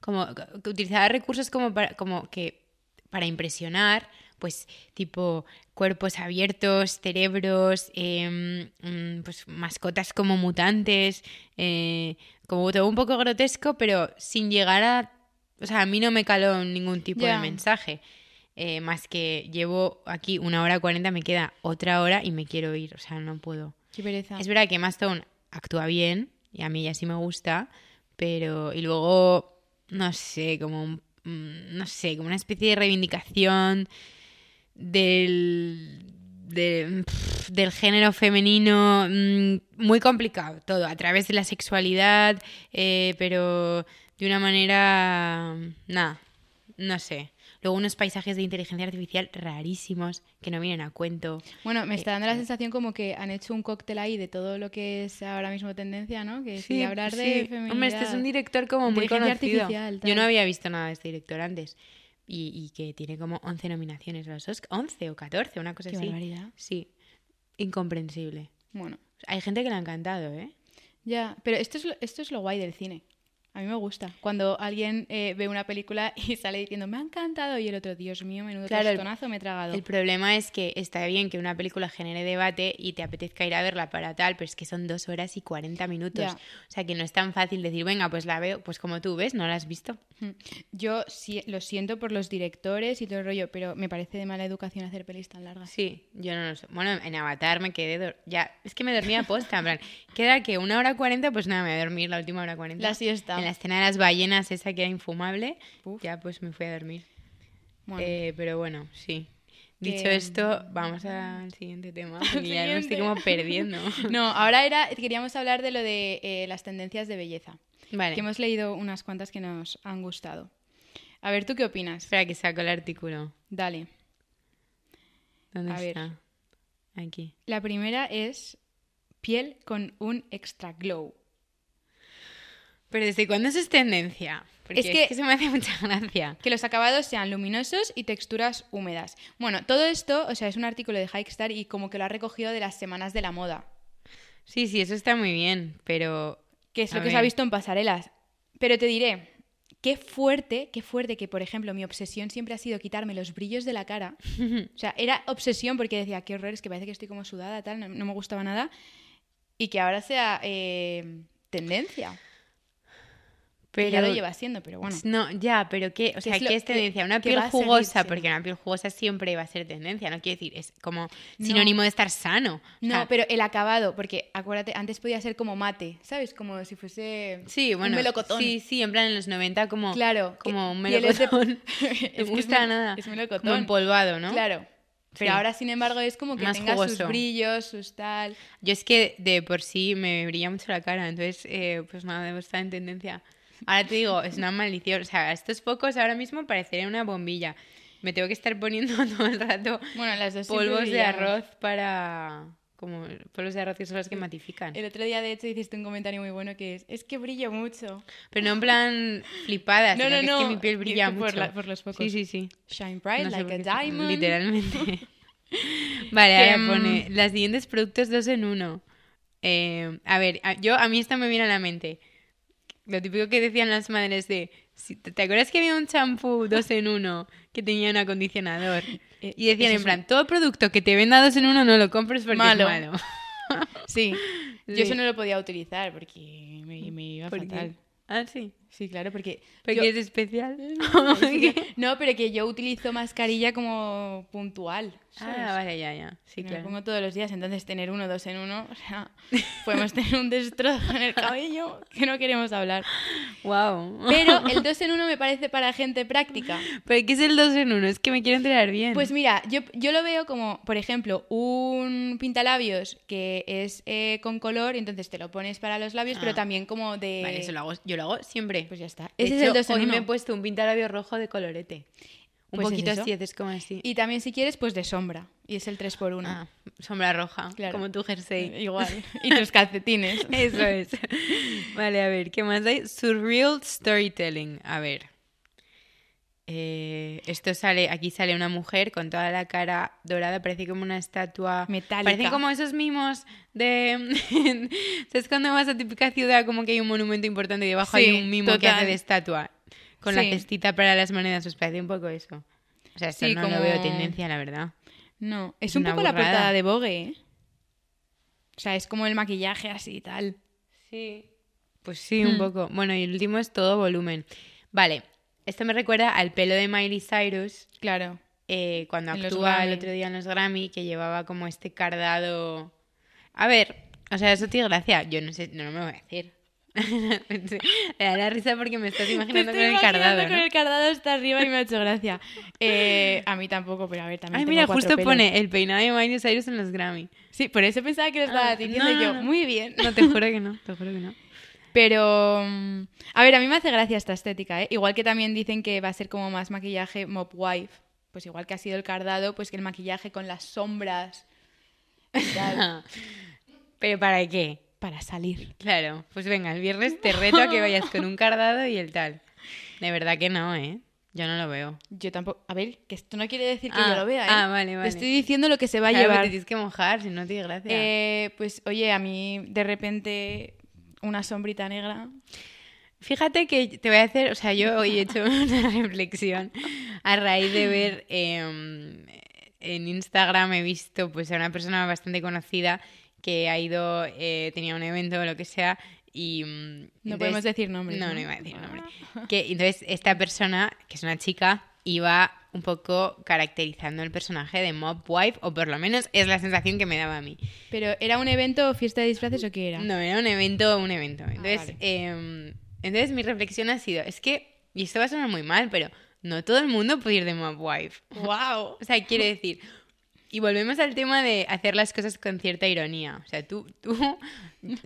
[SPEAKER 2] como que utilizaba recursos como, para, como que para impresionar, pues tipo cuerpos abiertos, cerebros, em, mm, pues mascotas como mutantes, eh, como todo un poco grotesco, pero sin llegar a... O sea, a mí no me caló ningún tipo
[SPEAKER 1] Ya.
[SPEAKER 2] de mensaje. Eh, más que llevo aquí una hora cuarenta, me queda otra hora y me quiero ir. O sea, no puedo.
[SPEAKER 1] Qué pereza.
[SPEAKER 2] Es verdad que Emma Stone actúa bien y a mí ya sí me gusta, pero. Y luego, no sé, como un- mm, No sé, como una especie de reivindicación del. del, pf, del género femenino. mm, Muy complicado todo, a través de la sexualidad, eh, pero de una manera. Nada, no sé. Luego unos paisajes de inteligencia artificial rarísimos que no vienen a cuento.
[SPEAKER 1] Bueno, me está dando
[SPEAKER 2] eh.
[SPEAKER 1] la sensación como que han hecho un cóctel ahí de todo lo que es ahora mismo tendencia, ¿no? Que sí, hablar de feminidad.
[SPEAKER 2] Hombre, este es un director como muy
[SPEAKER 1] inteligencia
[SPEAKER 2] conocido.
[SPEAKER 1] artificial,
[SPEAKER 2] Yo no
[SPEAKER 1] tal.
[SPEAKER 2] había visto nada de este director antes. Y, y que tiene como 11 nominaciones a los Oscars. 11 o 14, una cosa
[SPEAKER 1] Qué
[SPEAKER 2] así.
[SPEAKER 1] barbaridad.
[SPEAKER 2] Sí. Incomprensible.
[SPEAKER 1] Bueno,
[SPEAKER 2] Hay gente que le ha encantado, ¿eh?
[SPEAKER 1] ya. Pero esto es, lo, esto es lo guay del cine. A mí me gusta. Cuando alguien eh, ve una película y sale diciendo, me ha encantado, y el otro, Dios mío, menudo
[SPEAKER 2] Claro, el-
[SPEAKER 1] tostonazo me he tragado.
[SPEAKER 2] El problema es que está bien que una película genere debate y te apetezca ir a verla para tal, pero es que son dos horas y 40 minutos.
[SPEAKER 1] Ya.
[SPEAKER 2] O sea que no es tan fácil decir, venga, pues la veo, pues como tú ves, no la has visto.
[SPEAKER 1] Mm. Yo sí- lo siento por los directores y todo el rollo, pero me parece de mala educación hacer pelis tan largas.
[SPEAKER 2] Sí, yo no lo sé. Bueno, en Avatar me quedé. dor- Ya, es que me dormía posta. En plan, queda que una hora cuarenta, pues nada, me voy a dormir la última hora cuarenta.
[SPEAKER 1] La siesta.
[SPEAKER 2] En la escena de las ballenas, esa que era infumable,
[SPEAKER 1] Uf.
[SPEAKER 2] ya pues me fui a dormir.
[SPEAKER 1] Bueno,
[SPEAKER 2] Eh, pero bueno, sí. Dicho
[SPEAKER 1] Que,
[SPEAKER 2] esto, vamos al siguiente tema, porque ya me
[SPEAKER 1] siguiente.
[SPEAKER 2] estoy como perdiendo.
[SPEAKER 1] No, ahora era, queríamos hablar de lo de eh, las tendencias de belleza.
[SPEAKER 2] Vale,
[SPEAKER 1] Que hemos leído unas cuantas que nos han gustado. A ver, ¿tú qué opinas?
[SPEAKER 2] espera que saco el artículo.
[SPEAKER 1] Dale.
[SPEAKER 2] ¿Dónde
[SPEAKER 1] A ver.
[SPEAKER 2] está? Aquí.
[SPEAKER 1] La primera es piel con un extra glow.
[SPEAKER 2] Pero ¿desde cuándo eso es tendencia? Porque
[SPEAKER 1] Es
[SPEAKER 2] es
[SPEAKER 1] que-
[SPEAKER 2] que, se me hace mucha gracia.
[SPEAKER 1] Que los acabados sean luminosos y texturas húmedas. Bueno, todo esto, o sea, es un artículo de Hikestar y como que lo ha recogido de las semanas de la moda,
[SPEAKER 2] Sí, sí, eso está muy bien, pero
[SPEAKER 1] que es
[SPEAKER 2] A
[SPEAKER 1] lo que se
[SPEAKER 2] ver.
[SPEAKER 1] ha visto en pasarelas. Pero te diré, qué fuerte, qué fuerte que, por ejemplo, mi obsesión siempre ha sido quitarme los brillos de la cara. O sea, era obsesión porque decía, qué horror, es que parece que estoy como sudada, tal, no, no me gustaba nada. Y que ahora sea eh, tendencia. Que
[SPEAKER 2] pero
[SPEAKER 1] ya lo lleva siendo, pero bueno.
[SPEAKER 2] No, ya, pero qué, o sea,
[SPEAKER 1] es lo-
[SPEAKER 2] ¿qué es
[SPEAKER 1] qué-
[SPEAKER 2] tendencia? Una
[SPEAKER 1] qué
[SPEAKER 2] piel
[SPEAKER 1] va a seguir
[SPEAKER 2] jugosa,
[SPEAKER 1] siendo?
[SPEAKER 2] porque una piel jugosa siempre va a ser tendencia, no quiero decir, es como
[SPEAKER 1] No.
[SPEAKER 2] sinónimo de estar sano. O
[SPEAKER 1] No,
[SPEAKER 2] sea,
[SPEAKER 1] pero el acabado, porque acuérdate, antes podía ser como mate, ¿sabes? Como si fuese
[SPEAKER 2] Sí, bueno.
[SPEAKER 1] un melocotón.
[SPEAKER 2] Sí, sí, en plan en los 90 como,
[SPEAKER 1] Claro.
[SPEAKER 2] como un
[SPEAKER 1] que pieles de-
[SPEAKER 2] melocotón.
[SPEAKER 1] Es que
[SPEAKER 2] No me
[SPEAKER 1] es
[SPEAKER 2] gusta
[SPEAKER 1] mel-
[SPEAKER 2] nada.
[SPEAKER 1] Es melocotón.
[SPEAKER 2] Como empolvado, ¿no?
[SPEAKER 1] Claro. Pero
[SPEAKER 2] Sí.
[SPEAKER 1] ahora, sin embargo, es como que
[SPEAKER 2] Más
[SPEAKER 1] tenga sus
[SPEAKER 2] jugoso.
[SPEAKER 1] brillos, sus tal.
[SPEAKER 2] Yo es que de por sí me brilla mucho la cara, entonces, eh, pues nada, debo estar en tendencia. Ahora te digo, es una maldición. O sea, estos focos ahora mismo parecerían una bombilla. Me tengo que estar poniendo todo el rato
[SPEAKER 1] Bueno, las dos siempre
[SPEAKER 2] polvos de
[SPEAKER 1] brillamos.
[SPEAKER 2] arroz para. Como polvos de arroz que son los que matifican.
[SPEAKER 1] El otro día, de hecho, hiciste un comentario muy bueno que es: Es que brillo mucho.
[SPEAKER 2] Pero no en plan flipada,
[SPEAKER 1] No,
[SPEAKER 2] sino
[SPEAKER 1] no,
[SPEAKER 2] que es
[SPEAKER 1] no,
[SPEAKER 2] que mi piel brilla
[SPEAKER 1] que
[SPEAKER 2] mucho.
[SPEAKER 1] por la- por los focos.
[SPEAKER 2] Sí, sí, sí.
[SPEAKER 1] Shine bright
[SPEAKER 2] No
[SPEAKER 1] like
[SPEAKER 2] sé
[SPEAKER 1] a
[SPEAKER 2] por qué-
[SPEAKER 1] diamond.
[SPEAKER 2] Literalmente. vale,
[SPEAKER 1] Que,
[SPEAKER 2] ahora pone
[SPEAKER 1] mm,
[SPEAKER 2] las siguientes productos dos en uno. Eh, a ver, a- yo a mí esta me viene a la mente. Lo típico que decían las madres de, si- ¿te te acuerdas que había un champú dos en uno que tenía un acondicionador?
[SPEAKER 1] Eh,
[SPEAKER 2] Y decían
[SPEAKER 1] eso
[SPEAKER 2] en
[SPEAKER 1] es
[SPEAKER 2] plan, todo producto que te venda dos en uno no lo compres porque
[SPEAKER 1] Malo.
[SPEAKER 2] es malo.
[SPEAKER 1] Sí.
[SPEAKER 2] Sí.
[SPEAKER 1] Yo eso no lo podía utilizar porque me, me iba
[SPEAKER 2] Porque-
[SPEAKER 1] fatal.
[SPEAKER 2] Ah, sí.
[SPEAKER 1] Sí, claro, porque.
[SPEAKER 2] Porque
[SPEAKER 1] yo-
[SPEAKER 2] es especial.
[SPEAKER 1] No, pero que yo utilizo mascarilla como puntual. ¿sabes?
[SPEAKER 2] ah, vale, ya, ya.
[SPEAKER 1] Me
[SPEAKER 2] Sí,
[SPEAKER 1] la
[SPEAKER 2] claro.
[SPEAKER 1] pongo todos los días, entonces tener uno, dos en uno, o sea, podemos tener un destrozo en el cabello que no queremos hablar.
[SPEAKER 2] Wow.
[SPEAKER 1] Pero el dos en uno me parece para gente práctica.
[SPEAKER 2] ¿Pero qué es el dos en uno? Es que me quiero enterar bien.
[SPEAKER 1] Pues mira, yo, yo lo veo como, por ejemplo, un pintalabios que es eh, con color, y entonces te lo pones para los labios, pero
[SPEAKER 2] Ah.
[SPEAKER 1] también como de...
[SPEAKER 2] Vale, eso lo hago, yo lo hago siempre.
[SPEAKER 1] Pues ya está.
[SPEAKER 2] De
[SPEAKER 1] Ese
[SPEAKER 2] hecho,
[SPEAKER 1] es el dos
[SPEAKER 2] hoy
[SPEAKER 1] en
[SPEAKER 2] me he
[SPEAKER 1] uno.
[SPEAKER 2] puesto un pintalabio rojo de colorete. Un
[SPEAKER 1] Pues es
[SPEAKER 2] poquito
[SPEAKER 1] eso.
[SPEAKER 2] así, haces como así.
[SPEAKER 1] Y también si quieres, pues de sombra. Y es el 3x1.
[SPEAKER 2] Ah, sombra roja,
[SPEAKER 1] Claro.
[SPEAKER 2] como tu jersey.
[SPEAKER 1] Igual. Y tus calcetines.
[SPEAKER 2] Eso es. Vale, a ver, ¿qué más hay? Surreal storytelling. A ver. Eh, esto sale, aquí sale una mujer con toda la cara dorada, parece como una estatua
[SPEAKER 1] Metálica.
[SPEAKER 2] Parecen como esos mimos de. ¿Sabes cuando vas a típica ciudad como que hay un monumento importante y debajo
[SPEAKER 1] Sí,
[SPEAKER 2] hay un mimo que
[SPEAKER 1] total.
[SPEAKER 2] hace de estatua? Con la
[SPEAKER 1] Sí.
[SPEAKER 2] cestita para las monedas, os parece un poco eso. O sea, esto
[SPEAKER 1] Sí,
[SPEAKER 2] no
[SPEAKER 1] como-
[SPEAKER 2] lo veo tendencia, la verdad.
[SPEAKER 1] No, es
[SPEAKER 2] Es
[SPEAKER 1] un
[SPEAKER 2] una
[SPEAKER 1] poco la
[SPEAKER 2] burrada.
[SPEAKER 1] portada de Vogue, ¿eh? O sea, es como el maquillaje así y tal.
[SPEAKER 2] Sí. Pues sí, un
[SPEAKER 1] Mm.
[SPEAKER 2] poco. Bueno, y el último es todo volumen. Vale, esto me recuerda al pelo de Miley Cyrus
[SPEAKER 1] Claro.
[SPEAKER 2] eh, cuando
[SPEAKER 1] En los
[SPEAKER 2] actúa el
[SPEAKER 1] Grammy.
[SPEAKER 2] otro día en los Grammy, que llevaba como este cardado. A ver, o sea, eso tiene gracia. Yo no sé, no, no me voy a decir. me da la risa porque me estás imaginando con el cardado.
[SPEAKER 1] con
[SPEAKER 2] ¿no?
[SPEAKER 1] el cardado hasta arriba y me ha hecho gracia. Eh, a mí tampoco, pero a ver, también
[SPEAKER 2] Ay,
[SPEAKER 1] tengo
[SPEAKER 2] mira,
[SPEAKER 1] cuatro
[SPEAKER 2] justo
[SPEAKER 1] pelos.
[SPEAKER 2] pone el peinado de Miley Cyrus en los Grammy.
[SPEAKER 1] Sí, por eso pensaba que lo estaba
[SPEAKER 2] Ah,
[SPEAKER 1] diciendo
[SPEAKER 2] no, no,
[SPEAKER 1] yo.
[SPEAKER 2] no.
[SPEAKER 1] Muy bien.
[SPEAKER 2] No, te juro que no, te juro que no.
[SPEAKER 1] Pero, mm, a ver, a mí me hace gracia esta estética, ¿eh? Igual que también dicen que va a ser como más maquillaje mop wife. Pues igual que ha sido el cardado, pues que el maquillaje con las sombras y tal,
[SPEAKER 2] ¿Pero para qué?
[SPEAKER 1] para salir.
[SPEAKER 2] Claro, pues venga, el viernes te reto a que vayas con un cardado y el tal. De verdad que no, ¿eh? Yo no lo veo.
[SPEAKER 1] Yo tampoco. A ver, que esto no quiere decir que
[SPEAKER 2] Ah,
[SPEAKER 1] yo lo vea, ¿eh?
[SPEAKER 2] ah, vale,
[SPEAKER 1] Te
[SPEAKER 2] vale.
[SPEAKER 1] estoy diciendo lo que se va a
[SPEAKER 2] Claro, pero
[SPEAKER 1] llevar.
[SPEAKER 2] te tienes que mojar, si no tiene gracia.
[SPEAKER 1] Eh, pues oye, a mí de repente una sombrita negra.
[SPEAKER 2] Fíjate que te voy a hacer, o sea, yo hoy he hecho una reflexión a raíz de ver em, en Instagram he visto pues a una persona bastante conocida que ha ido, eh, tenía un evento o lo que sea y... mm,
[SPEAKER 1] No
[SPEAKER 2] entonces-
[SPEAKER 1] podemos decir nombres.
[SPEAKER 2] No, Ah. no iba a decir nombre. Que entonces esta persona, que es una chica, iba un poco caracterizando el personaje de Mob Wife, o por lo menos es la sensación que me daba a mí.
[SPEAKER 1] Pero ¿era un evento, fiesta de disfraces o qué era?
[SPEAKER 2] No, era un evento, un evento. Entonces,
[SPEAKER 1] vale.
[SPEAKER 2] em, entonces mi reflexión ha sido, es que, y esto va a sonar muy mal, pero no todo el mundo puede ir de Mob Wife.
[SPEAKER 1] ¡Wow!
[SPEAKER 2] O sea, quiere decir, y volvemos al tema de hacer las cosas con cierta ironía. O sea, tú, tú,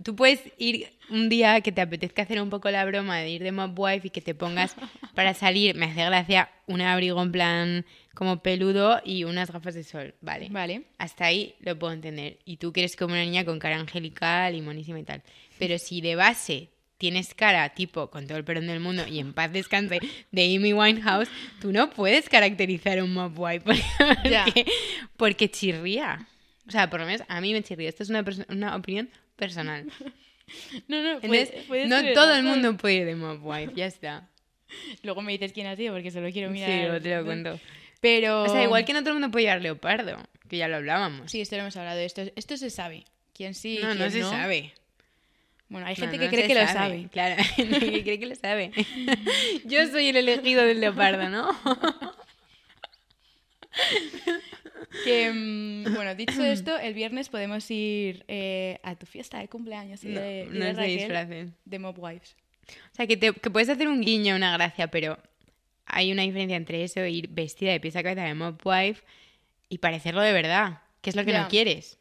[SPEAKER 2] tú puedes ir un día que te apetezca hacer un poco la broma de ir de Mob Wife y que te pongas para salir, me hace gracia, un abrigo en plan como peludo y unas gafas de sol, ¿vale?
[SPEAKER 1] Vale.
[SPEAKER 2] Hasta ahí lo puedo entender. Y tú que eres como una niña con cara angelical y monísima y tal. Pero si de base tienes cara, tipo, con todo el perdón del mundo y en paz descanse, de Amy Winehouse, tú no puedes caracterizar a un mob wife porque,
[SPEAKER 1] Ya.
[SPEAKER 2] porque chirría. O sea, por lo menos a mí me chirría. Esta es una, perso- una opinión personal.
[SPEAKER 1] No, no,
[SPEAKER 2] Entonces,
[SPEAKER 1] puedes- puedes
[SPEAKER 2] no
[SPEAKER 1] tener
[SPEAKER 2] todo el
[SPEAKER 1] razón.
[SPEAKER 2] mundo puede ir de mob wife, ya está.
[SPEAKER 1] Luego me dices quién ha sido porque solo quiero
[SPEAKER 2] Sí,
[SPEAKER 1] mirar.
[SPEAKER 2] luego te lo cuento.
[SPEAKER 1] Pero.
[SPEAKER 2] O sea, igual que no todo el mundo puede llevar leopardo, que ya lo hablábamos.
[SPEAKER 1] Sí, esto lo hemos hablado. Esto, esto se sabe. ¿Quién sí?
[SPEAKER 2] no, no
[SPEAKER 1] quién
[SPEAKER 2] se sabe.
[SPEAKER 1] Bueno, hay
[SPEAKER 2] No,
[SPEAKER 1] gente
[SPEAKER 2] no
[SPEAKER 1] que cree
[SPEAKER 2] se
[SPEAKER 1] que lo sabe.
[SPEAKER 2] Claro, hay gente que cree que lo sabe. Yo soy el elegido del leopardo, ¿no?
[SPEAKER 1] Que, mm, bueno, dicho esto, el viernes podemos ir eh, a tu fiesta de cumpleaños y
[SPEAKER 2] No,
[SPEAKER 1] de, y
[SPEAKER 2] no
[SPEAKER 1] de
[SPEAKER 2] se
[SPEAKER 1] Raquel,
[SPEAKER 2] disfracen.
[SPEAKER 1] de Mob Wives.
[SPEAKER 2] O sea, que, te- que puedes hacer un guiño, una gracia, pero hay una diferencia entre eso e ir vestida de pieza a cabeza de mob wife y parecerlo de verdad, que es lo que
[SPEAKER 1] Ya.
[SPEAKER 2] no quieres.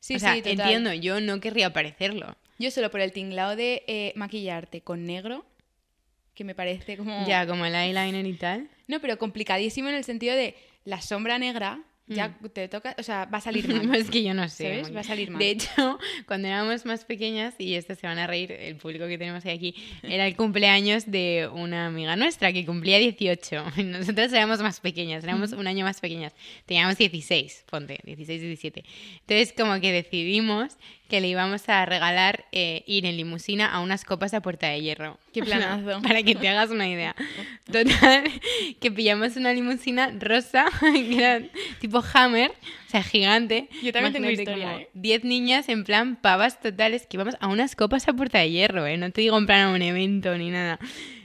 [SPEAKER 1] Sí,
[SPEAKER 2] o sea,
[SPEAKER 1] sí, total.
[SPEAKER 2] entiendo, yo no querría parecerlo.
[SPEAKER 1] Yo solo por el tinglado de eh, maquillarte con negro, que me parece como...
[SPEAKER 2] Ya, como el eyeliner y tal.
[SPEAKER 1] No, pero complicadísimo en el sentido de la sombra negra, ya
[SPEAKER 2] Mm.
[SPEAKER 1] te toca, o sea, va a salir mal.
[SPEAKER 2] Es que yo no sé.
[SPEAKER 1] ¿Sabes?
[SPEAKER 2] Moni.
[SPEAKER 1] Va a salir mal.
[SPEAKER 2] De hecho, cuando éramos más pequeñas, y estas se van a reír, el público que tenemos aquí, era el cumpleaños de una amiga nuestra que cumplía 18. Nosotras éramos más pequeñas, éramos un año más pequeñas. Teníamos 16, ponte, 16, 17. Entonces, como que decidimos que le íbamos a regalar eh, ir en limusina a unas copas a Puerta de Hierro.
[SPEAKER 1] Qué planazo.
[SPEAKER 2] Para que te hagas una idea. Total, que pillamos una limusina rosa, que era tipo Hammer, o sea, gigante.
[SPEAKER 1] Yo también tengo
[SPEAKER 2] Imagínate
[SPEAKER 1] historia,
[SPEAKER 2] como
[SPEAKER 1] ¿eh?
[SPEAKER 2] 10 niñas en plan pavas totales que íbamos a unas copas a puerta de hierro, ¿eh? No te digo en plan a un evento ni nada.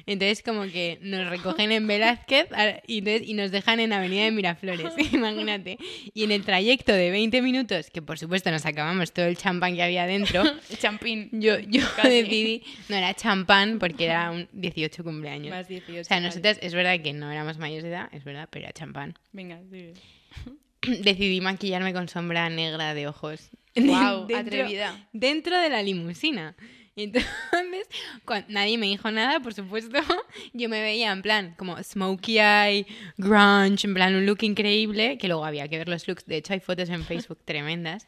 [SPEAKER 2] Entonces, como que nos recogen en Velázquez a- y, entonces- y nos dejan en Avenida de Miraflores, imagínate. Y en el trayecto de 20 minutos, que por supuesto nos acabamos todo el champán que había dentro,
[SPEAKER 1] Champín.
[SPEAKER 2] yo, yo
[SPEAKER 1] Casi.
[SPEAKER 2] decidí, no era champán porque era un 18 cumpleaños.
[SPEAKER 1] Más 18.
[SPEAKER 2] O sea,
[SPEAKER 1] vale.
[SPEAKER 2] nosotras es verdad que no éramos mayores de edad, es verdad, pero era champán.
[SPEAKER 1] Venga, sí.
[SPEAKER 2] Decidí maquillarme con sombra negra de ojos.
[SPEAKER 1] Guau,
[SPEAKER 2] Dentro-
[SPEAKER 1] atrevida.
[SPEAKER 2] Dentro de la limusina. Entonces, cuan- nadie me dijo nada, por supuesto. Yo me veía en plan como smokey eye, grunge, en plan un look increíble, que luego había que ver los looks. De hecho, hay fotos en Facebook tremendas.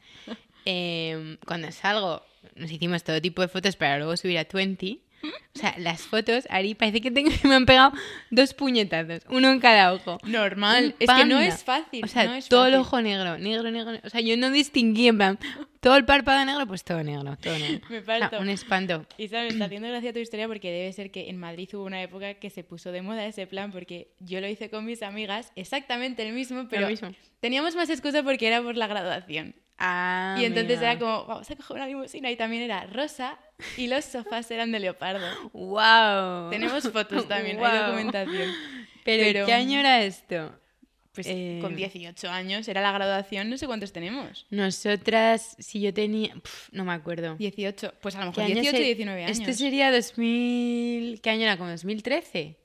[SPEAKER 2] Eh, cuando salgo, nos hicimos todo tipo de fotos para luego subir a 20. O sea, las fotos, Ari, parece que tengo- me han pegado dos puñetazos, uno en cada ojo.
[SPEAKER 1] Normal.
[SPEAKER 2] Un
[SPEAKER 1] Es que no
[SPEAKER 2] panda.
[SPEAKER 1] es fácil.
[SPEAKER 2] O sea,
[SPEAKER 1] no es
[SPEAKER 2] todo el
[SPEAKER 1] fácil.
[SPEAKER 2] ojo negro, negro, negro, negro. O sea, yo no distinguí, en plan, todo el párpado negro, pues todo negro, todo negro.
[SPEAKER 1] Me
[SPEAKER 2] O sea,
[SPEAKER 1] parto.
[SPEAKER 2] Ah, un espanto.
[SPEAKER 1] Y sabes, está haciendo gracia tu historia porque debe ser que en Madrid hubo una época que se puso de moda ese plan porque yo lo hice con mis amigas, exactamente el mismo, pero
[SPEAKER 2] mismo.
[SPEAKER 1] teníamos más excusa porque era por la graduación. y entonces era como, vamos a coger una limusina y también era rosa y los sofás eran de leopardo.
[SPEAKER 2] ¡Wow!
[SPEAKER 1] Tenemos fotos también, hay
[SPEAKER 2] Guau.
[SPEAKER 1] documentación.
[SPEAKER 2] Pero,
[SPEAKER 1] Pero- mm.
[SPEAKER 2] ¿qué año era esto?
[SPEAKER 1] Pues
[SPEAKER 2] Eh,
[SPEAKER 1] con 18 años era la graduación, no sé cuántos tenemos.
[SPEAKER 2] Nosotras, si yo tenía. Pf, no me acuerdo.
[SPEAKER 1] 18, pues a lo
[SPEAKER 2] ¿Qué
[SPEAKER 1] mejor
[SPEAKER 2] año
[SPEAKER 1] 18 y
[SPEAKER 2] este se-
[SPEAKER 1] 19 años.
[SPEAKER 2] Esto sería 2000. ¿Qué año era? ¿Como 2013?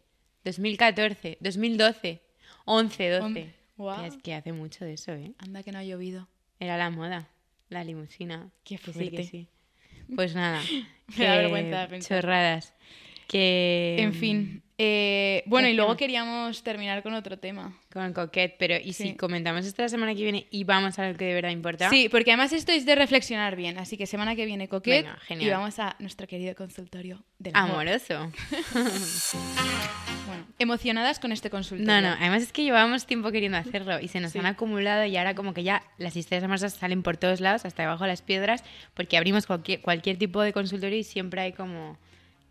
[SPEAKER 2] 2014, 2012, 11, 12.
[SPEAKER 1] Hombre, guau.
[SPEAKER 2] Tía, Es que hace mucho de eso, ¿eh?
[SPEAKER 1] Anda que no ha llovido.
[SPEAKER 2] Era la moda, la limusina.
[SPEAKER 1] Qué
[SPEAKER 2] Que sí,
[SPEAKER 1] fuerte.
[SPEAKER 2] que sí. Pues nada.
[SPEAKER 1] Me da
[SPEAKER 2] que
[SPEAKER 1] vergüenza pensar.
[SPEAKER 2] Chorradas. Que.
[SPEAKER 1] En fin. eh, bueno, y
[SPEAKER 2] Em, ¿qué
[SPEAKER 1] luego
[SPEAKER 2] hacemos?
[SPEAKER 1] queríamos terminar con otro tema.
[SPEAKER 2] mm, Con Coquette, pero ¿y
[SPEAKER 1] Sí.
[SPEAKER 2] si comentamos esto la semana que viene y vamos a lo que de verdad importa?
[SPEAKER 1] Sí, porque además esto es de reflexionar bien. Así que semana que viene, Coquet.
[SPEAKER 2] Venga, genial. Ah,
[SPEAKER 1] Y vamos a nuestro querido consultorio del amor.
[SPEAKER 2] Amoroso.
[SPEAKER 1] Bueno, emocionadas con este consultorio.
[SPEAKER 2] No, no, además es que llevábamos tiempo queriendo hacerlo y se nos
[SPEAKER 1] Sí.
[SPEAKER 2] han acumulado y ahora como que ya las historias amorosas salen por todos lados, hasta debajo de las piedras, porque abrimos cualquier, cualquier tipo de consultorio y siempre hay como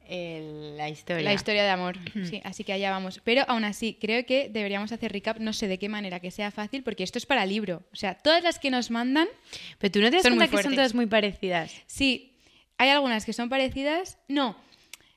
[SPEAKER 2] el- la historia.
[SPEAKER 1] La historia de amor. Sí, así que allá vamos. Pero aún así, creo que deberíamos hacer recap, no sé de qué manera que sea fácil, porque esto es para libro. O sea, todas las que nos mandan,
[SPEAKER 2] Pero tú no te das
[SPEAKER 1] Son muy
[SPEAKER 2] cuenta que son
[SPEAKER 1] fuertes.
[SPEAKER 2] todas muy parecidas.
[SPEAKER 1] sí, hay algunas que son parecidas. No,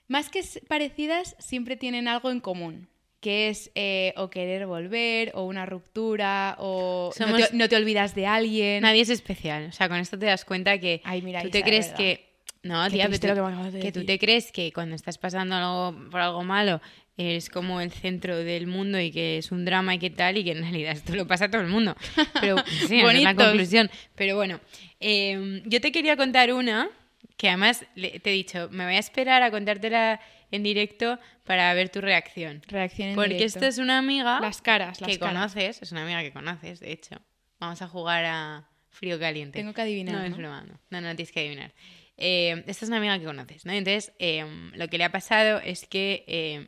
[SPEAKER 1] más que s- parecidas, siempre tienen algo en común. Que es eh, o querer volver, o una ruptura, o no
[SPEAKER 2] Somos-
[SPEAKER 1] te- no te olvidas de alguien.
[SPEAKER 2] Nadie es especial. O sea, con esto te das cuenta que
[SPEAKER 1] Ay, mira,
[SPEAKER 2] tú
[SPEAKER 1] Isa,
[SPEAKER 2] te
[SPEAKER 1] de
[SPEAKER 2] crees
[SPEAKER 1] verdad.
[SPEAKER 2] que... No,
[SPEAKER 1] Qué
[SPEAKER 2] tía,
[SPEAKER 1] triste
[SPEAKER 2] pero
[SPEAKER 1] lo que me acabas de
[SPEAKER 2] que tú
[SPEAKER 1] decir.
[SPEAKER 2] te crees que cuando estás pasando algo por algo malo eres como el centro del mundo y que es un drama y que tal y que en realidad esto lo pasa a todo el mundo. Pero sí, esa es la
[SPEAKER 1] Bonitos.
[SPEAKER 2] conclusión. Pero bueno, eh, yo te quería contar una que además le- te he dicho, me voy a esperar a contártela en directo para ver tu reacción.
[SPEAKER 1] Reacción en
[SPEAKER 2] Porque
[SPEAKER 1] directo.
[SPEAKER 2] esto es una amiga
[SPEAKER 1] Las caras, las
[SPEAKER 2] que
[SPEAKER 1] caras.
[SPEAKER 2] conoces, es una amiga que conoces, de hecho. Vamos a jugar a frío caliente.
[SPEAKER 1] Tengo que adivinar.
[SPEAKER 2] No,
[SPEAKER 1] ¿no?
[SPEAKER 2] es broma, no. No, no, tienes que adivinar. Eh, esta es una amiga que conoces, ¿no? Entonces, eh, lo que le ha pasado es que eh,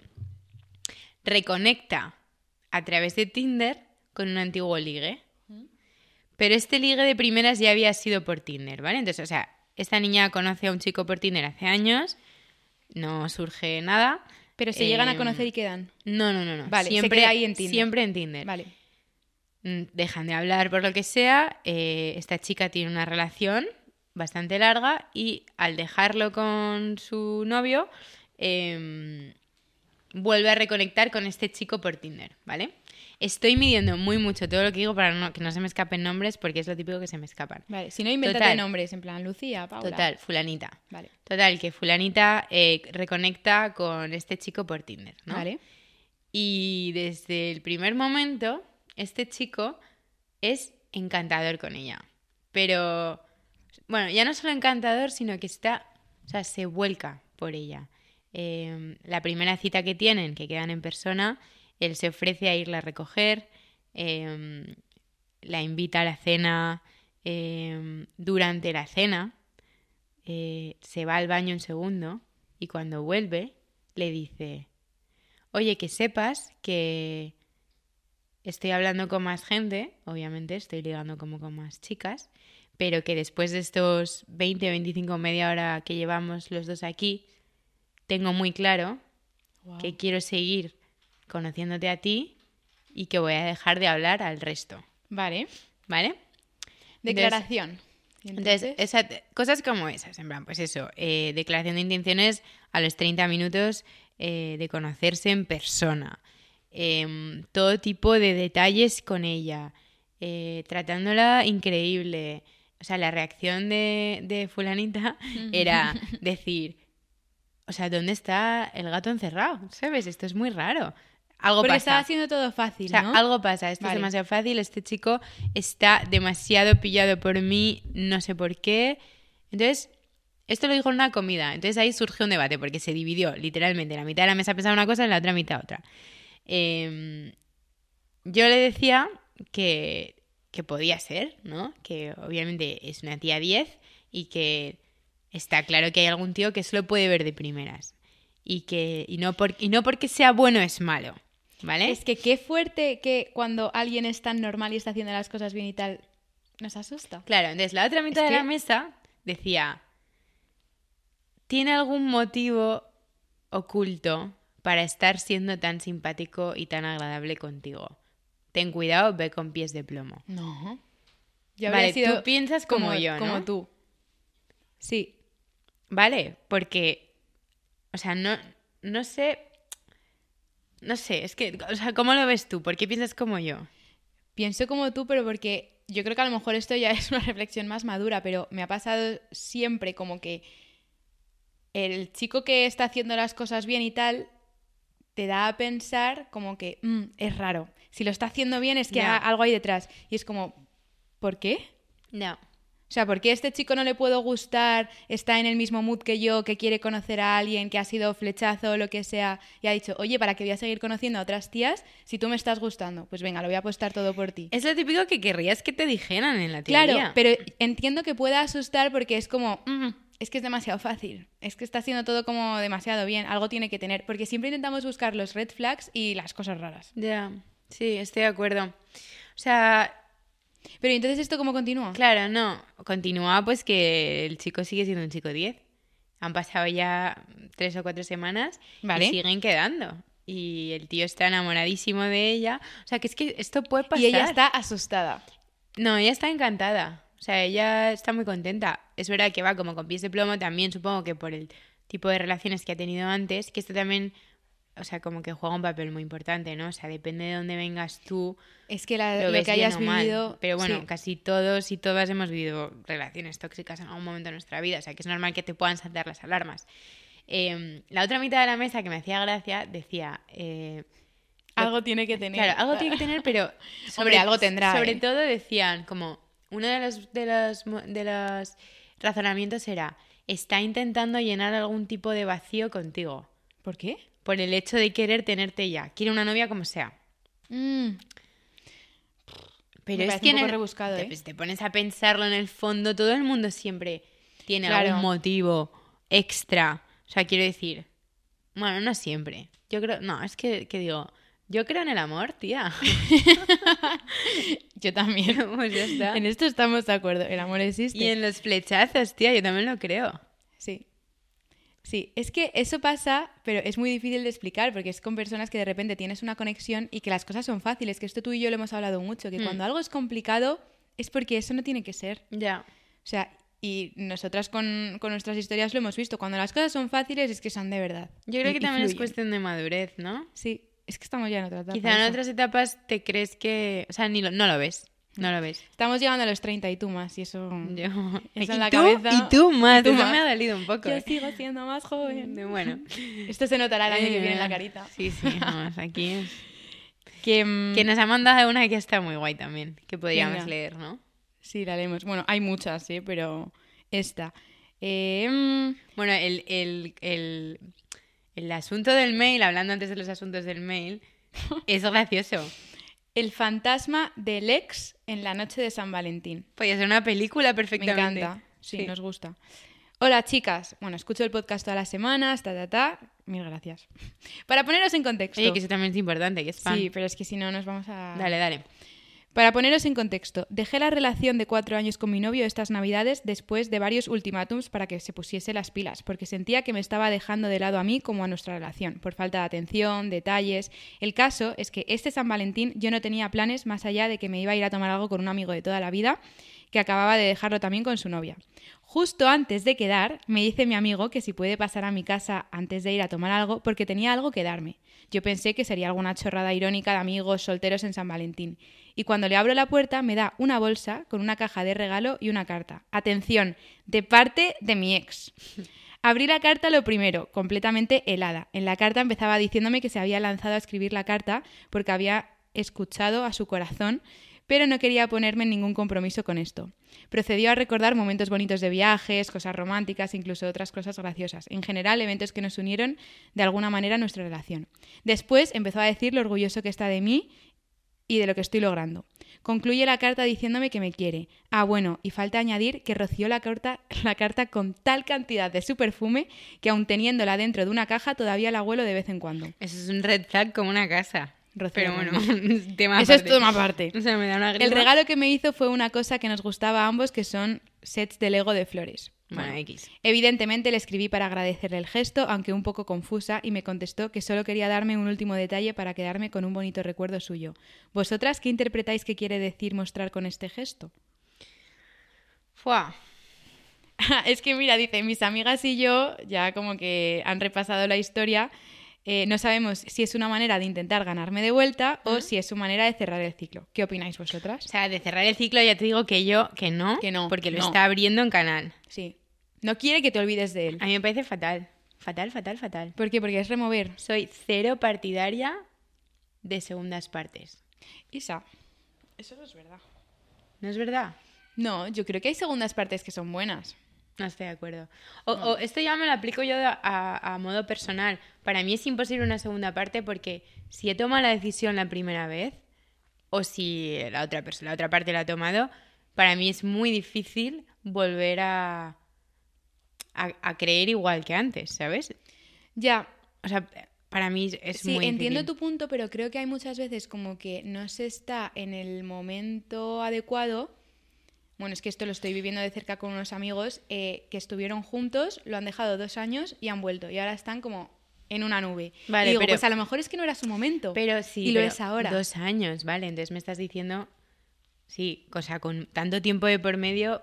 [SPEAKER 2] reconecta a través de Tinder con un antiguo ligue.
[SPEAKER 1] Mm.
[SPEAKER 2] Pero este ligue de primeras ya había sido por Tinder, ¿vale? Entonces, o sea, esta niña conoce a un chico por Tinder hace años, no surge nada.
[SPEAKER 1] Pero se llegan a
[SPEAKER 2] Em,
[SPEAKER 1] conocer y quedan.
[SPEAKER 2] No, no, no, no.
[SPEAKER 1] Vale, se
[SPEAKER 2] siempre,
[SPEAKER 1] queda ahí en Tinder.
[SPEAKER 2] Siempre en Tinder.
[SPEAKER 1] Vale.
[SPEAKER 2] Mm, dejan de hablar por lo que sea, eh, esta chica tiene una relación bastante larga y al dejarlo con su novio, em, vuelve a reconectar con este chico por Tinder, ¿vale? Estoy midiendo muy mucho todo lo que digo para no- que no se me escapen nombres porque es lo típico que se me escapan.
[SPEAKER 1] Vale. Si no, invéntate
[SPEAKER 2] Total.
[SPEAKER 1] nombres. En plan, Lucía, Paula.
[SPEAKER 2] Total, fulanita.
[SPEAKER 1] Vale.
[SPEAKER 2] Total, que fulanita eh, reconecta con este chico por Tinder, ¿no?
[SPEAKER 1] Vale.
[SPEAKER 2] Y desde el primer momento, este chico es encantador con ella. Pero, bueno, ya no solo encantador, sino que está, o sea, se vuelca por ella. Eh, la primera cita que tienen, que quedan en persona, él se ofrece a irla a recoger, eh, la invita a la cena eh, durante la cena, eh, se va al baño un segundo y cuando vuelve le dice, Oye, que sepas que estoy hablando con más gente, obviamente estoy ligando como con más chicas, pero que después de estos 20, 25, media hora que llevamos los dos aquí, tengo muy claro
[SPEAKER 1] Guau.
[SPEAKER 2] que quiero seguir conociéndote a ti y que voy a dejar de hablar al resto,
[SPEAKER 1] Vale.
[SPEAKER 2] ¿vale?
[SPEAKER 1] Declaración. Y
[SPEAKER 2] Entonces, esa- cosas como esas, en plan, pues eso, eh, declaración de intenciones a los 30 minutos eh, de conocerse en persona, Em, todo tipo de detalles con ella, eh, tratándola increíble. O sea, la reacción de, de fulanita era decir, o sea, ¿dónde está el gato encerrado? ¿Sabes? Esto es muy raro. Algo
[SPEAKER 1] Porque
[SPEAKER 2] pasa.
[SPEAKER 1] estaba haciendo todo fácil,
[SPEAKER 2] O sea,
[SPEAKER 1] ¿no?
[SPEAKER 2] algo pasa, esto
[SPEAKER 1] Vale.
[SPEAKER 2] es demasiado fácil, este chico está demasiado pillado por mí, no sé por qué. Entonces, esto lo dijo en una comida, entonces ahí surgió un debate porque se dividió literalmente, la mitad de la mesa pensaba una cosa y la otra mitad otra. Eh, yo le decía que, que podía ser, ¿no? Que obviamente es una tía 10 y que está claro que hay algún tío que solo puede ver de primeras. Y, que, y, no, por- y no porque sea bueno es malo, ¿vale?
[SPEAKER 1] Es que qué fuerte que cuando alguien es tan normal y está haciendo las cosas bien y tal, nos asusta.
[SPEAKER 2] Claro, entonces la otra mitad
[SPEAKER 1] Es
[SPEAKER 2] de la
[SPEAKER 1] que-
[SPEAKER 2] mesa decía, ¿tiene algún motivo oculto para estar siendo tan simpático y tan agradable contigo? Ten cuidado, ve con pies de plomo.
[SPEAKER 1] No. Yo habría
[SPEAKER 2] vale,
[SPEAKER 1] sido
[SPEAKER 2] tú piensas como, yo, ¿no?
[SPEAKER 1] Como tú. Sí.
[SPEAKER 2] Vale, porque, o sea, no, no sé, no sé, es que, o sea, ¿cómo lo ves tú? ¿Por qué piensas como yo?
[SPEAKER 1] Pienso como tú, pero porque yo creo que a lo mejor esto ya es una reflexión más madura, pero me ha pasado siempre como que el chico que está haciendo las cosas bien y tal te da a pensar como que "Mm, es raro. Si lo está haciendo bien es que
[SPEAKER 2] Ya.
[SPEAKER 1] ha- algo hay detrás. Y es como, ¿por qué?
[SPEAKER 2] No.
[SPEAKER 1] O sea, ¿por qué a este chico no le puedo gustar? Está en el mismo mood que yo, que quiere conocer a alguien, que ha sido flechazo o lo que sea, y ha dicho, oye, ¿para qué voy a seguir conociendo a otras tías si tú me estás gustando? Pues venga, lo voy a apostar todo por ti.
[SPEAKER 2] Es lo típico que querrías que te dijeran en la teoría.
[SPEAKER 1] claro, pero entiendo que pueda asustar porque es como, "Mm, es que es demasiado fácil, es que está haciendo todo como demasiado bien, algo tiene que tener, porque siempre intentamos buscar los red flags y las cosas raras.
[SPEAKER 2] Ya, sí, estoy de acuerdo. O sea,
[SPEAKER 1] Pero ¿y entonces esto cómo continúa?
[SPEAKER 2] claro, no. Continúa pues que el chico sigue siendo un chico 10. Han pasado ya tres o cuatro semanas
[SPEAKER 1] Vale.
[SPEAKER 2] y siguen quedando. Y el tío está enamoradísimo de ella. O sea, que es que esto puede pasar.
[SPEAKER 1] Y ella está asustada.
[SPEAKER 2] No, ella está encantada. O sea, ella está muy contenta. Es verdad que va como con pies de plomo también, supongo que por el tipo de relaciones que ha tenido antes, que esto también, o sea, como que juega un papel muy importante, ¿no? O sea, depende de dónde vengas tú,
[SPEAKER 1] Es que la-
[SPEAKER 2] lo,
[SPEAKER 1] lo,
[SPEAKER 2] ves
[SPEAKER 1] que
[SPEAKER 2] bien
[SPEAKER 1] hayas
[SPEAKER 2] o mal.
[SPEAKER 1] vivido...
[SPEAKER 2] Pero bueno,
[SPEAKER 1] sí.
[SPEAKER 2] casi todos y todas hemos vivido relaciones tóxicas en algún momento de nuestra vida, o sea que es normal que te puedan saltar las alarmas. Eh, la otra mitad de la mesa que me hacía gracia decía, eh,
[SPEAKER 1] algo tiene que tener.
[SPEAKER 2] claro, algo tiene que tener, pero
[SPEAKER 1] Hombre, algo tendrá,
[SPEAKER 2] Sobre
[SPEAKER 1] ¿eh?
[SPEAKER 2] todo decían como uno de los de los mo- de los razonamientos era está intentando llenar algún tipo de vacío contigo
[SPEAKER 1] ¿Por qué?
[SPEAKER 2] por el hecho de querer tenerte ya, quiere una novia como sea. Mm, Pero
[SPEAKER 1] Me
[SPEAKER 2] es
[SPEAKER 1] parece un
[SPEAKER 2] que en
[SPEAKER 1] poco
[SPEAKER 2] el-
[SPEAKER 1] rebuscado,
[SPEAKER 2] te,
[SPEAKER 1] ¿eh?
[SPEAKER 2] pues, te pones a pensarlo en el fondo, todo el mundo siempre tiene
[SPEAKER 1] Claro.
[SPEAKER 2] algún motivo extra. O sea, quiero decir, bueno, no siempre. Yo creo, no, es que, que digo, yo creo en el amor, tía.
[SPEAKER 1] Yo también.
[SPEAKER 2] Pues ya está.
[SPEAKER 1] En esto estamos de acuerdo. El amor existe.
[SPEAKER 2] Y en los flechazos, tía, yo también lo creo.
[SPEAKER 1] Sí. Sí, es que eso pasa, pero es muy difícil de explicar porque es con personas que de repente tienes una conexión y que las cosas son fáciles, que esto tú y yo lo hemos hablado mucho, que
[SPEAKER 2] Mm.
[SPEAKER 1] cuando algo es complicado es porque eso no tiene que ser.
[SPEAKER 2] Ya.
[SPEAKER 1] O sea, y nosotras con, con nuestras historias lo hemos visto, cuando las cosas son fáciles es que son de verdad.
[SPEAKER 2] Yo creo
[SPEAKER 1] y-
[SPEAKER 2] que
[SPEAKER 1] y
[SPEAKER 2] también es
[SPEAKER 1] fluyen.
[SPEAKER 2] cuestión de madurez, ¿no?
[SPEAKER 1] Sí, es que estamos ya en otra etapa.
[SPEAKER 2] Quizá en
[SPEAKER 1] eso.
[SPEAKER 2] otras etapas te crees que, o sea, ni lo- no lo ves, no lo ves.
[SPEAKER 1] Estamos llegando a los 30 y tú más y eso...
[SPEAKER 2] Yo...
[SPEAKER 1] Eso
[SPEAKER 2] ¿Y,
[SPEAKER 1] en la
[SPEAKER 2] tú?
[SPEAKER 1] cabeza.
[SPEAKER 2] y tú más,
[SPEAKER 1] Y tú
[SPEAKER 2] eso
[SPEAKER 1] más.
[SPEAKER 2] me ha dolido un poco.
[SPEAKER 1] Yo
[SPEAKER 2] eh.
[SPEAKER 1] sigo siendo más joven.
[SPEAKER 2] Bueno,
[SPEAKER 1] Esto se notará el año que viene en la
[SPEAKER 2] Eh,
[SPEAKER 1] carita.
[SPEAKER 2] Sí, sí, vamos, aquí es.
[SPEAKER 1] Que, mm,
[SPEAKER 2] Que nos ha mandado una que está muy guay también, que podríamos
[SPEAKER 1] Venga.
[SPEAKER 2] leer, ¿no?
[SPEAKER 1] Sí, la leemos. Bueno, hay muchas, ¿eh? pero esta. Eh, mm,
[SPEAKER 2] Bueno, el, el, el, el asunto del mail, hablando antes de los asuntos del mail, es gracioso.
[SPEAKER 1] el fantasma del ex en la noche de San Valentín.
[SPEAKER 2] Podría ser una película
[SPEAKER 1] Me
[SPEAKER 2] perfectamente.
[SPEAKER 1] encanta. Sí,
[SPEAKER 2] Sí.
[SPEAKER 1] nos gusta. Hola, chicas. Bueno, escucho el podcast todas las semanas, ta, ta, ta. Mil gracias. Para poneros en contexto.
[SPEAKER 2] Oye, que eso también es importante, que es fan.
[SPEAKER 1] Sí, pero es que si no nos vamos a...
[SPEAKER 2] Dale, dale.
[SPEAKER 1] Para poneros en contexto, dejé la relación de cuatro años con mi novio estas navidades después de varios ultimátums para que se pusiese las pilas, porque sentía que me estaba dejando de lado a mí como a nuestra relación, por falta de atención, detalles. El caso es que este San Valentín yo no tenía planes más allá de que me iba a ir a tomar algo con un amigo de toda la vida, que acababa de dejarlo también con su novia. Justo antes de quedar, me dice mi amigo que si puede pasar a mi casa antes de ir a tomar algo, porque tenía algo que darme. Yo pensé que sería alguna chorrada irónica de amigos solteros en San Valentín. Y cuando le abro la puerta, me da una bolsa con una caja de regalo y una carta. Atención, de parte de mi ex. Abrí la carta lo primero, completamente helada. En la carta empezaba diciéndome que se había lanzado a escribir la carta porque había escuchado a su corazón, pero no quería ponerme en ningún compromiso con esto. Procedió a recordar momentos bonitos de viajes, cosas románticas, incluso otras cosas graciosas. En general, eventos que nos unieron de alguna manera a nuestra relación. Después empezó a decir lo orgulloso que está de mí y de lo que estoy logrando. Concluye la carta diciéndome que me quiere. Ah, bueno, y falta añadir que roció la carta, la carta con tal cantidad de su perfume que aun teniéndola dentro de una caja todavía la huelo de vez en cuando.
[SPEAKER 2] Eso es un red flag como una casa.
[SPEAKER 1] Rocío
[SPEAKER 2] Pero bueno,
[SPEAKER 1] Hernández.
[SPEAKER 2] tema
[SPEAKER 1] Eso es
[SPEAKER 2] aparte.
[SPEAKER 1] todo más aparte.
[SPEAKER 2] O sea, me da una
[SPEAKER 1] El
[SPEAKER 2] grima.
[SPEAKER 1] regalo que me hizo fue una cosa que nos gustaba a ambos, que son sets de Lego de flores.
[SPEAKER 2] Bueno, X.
[SPEAKER 1] Evidentemente le escribí para agradecerle el gesto, aunque un poco confusa, y me contestó que solo quería darme un último detalle para quedarme con un bonito recuerdo suyo. ¿Vosotras qué interpretáis que quiere decir mostrar con este gesto?
[SPEAKER 2] Fua.
[SPEAKER 1] es que mira, dice, mis amigas y yo, ya como que han repasado la historia, eh, no sabemos si es una manera de intentar ganarme de vuelta o si es su manera de cerrar el ciclo. ¿Qué opináis
[SPEAKER 2] O
[SPEAKER 1] vosotras?
[SPEAKER 2] sea, de cerrar el ciclo ya te digo que yo, que no,
[SPEAKER 1] Que no,
[SPEAKER 2] porque lo
[SPEAKER 1] no.
[SPEAKER 2] está abriendo en canal.
[SPEAKER 1] Sí. No quiere que te olvides de él.
[SPEAKER 2] A mí me parece fatal. Fatal, fatal, fatal.
[SPEAKER 1] ¿Por qué? Porque es remover.
[SPEAKER 2] Soy cero partidaria de segundas partes.
[SPEAKER 1] Isa. Eso no es verdad.
[SPEAKER 2] ¿No es verdad?
[SPEAKER 1] No, yo creo que hay segundas partes que son buenas.
[SPEAKER 2] No estoy de acuerdo. O, o esto ya me lo aplico yo a, a- a modo personal. Para mí es imposible una segunda parte porque si he tomado la decisión la primera vez o si la otra persona, la otra parte la ha tomado, para mí es muy difícil volver a, a, a creer igual que antes, ¿sabes?
[SPEAKER 1] Ya,
[SPEAKER 2] O sea, para mí es
[SPEAKER 1] sí,
[SPEAKER 2] muy
[SPEAKER 1] entiendo
[SPEAKER 2] difícil.
[SPEAKER 1] tu punto, pero creo que hay muchas veces como que no se está en el momento adecuado. Bueno, es que esto lo estoy viviendo de cerca con unos amigos eh, que estuvieron juntos, lo han dejado dos años y han vuelto. Y ahora están como en una nube.
[SPEAKER 2] Vale,
[SPEAKER 1] Y digo,
[SPEAKER 2] pero-
[SPEAKER 1] pues a lo mejor es que no era su momento.
[SPEAKER 2] Pero sí,
[SPEAKER 1] Y lo
[SPEAKER 2] pero
[SPEAKER 1] es ahora.
[SPEAKER 2] Dos años, ¿vale? Entonces me estás diciendo, sí, cosa con tanto tiempo de por medio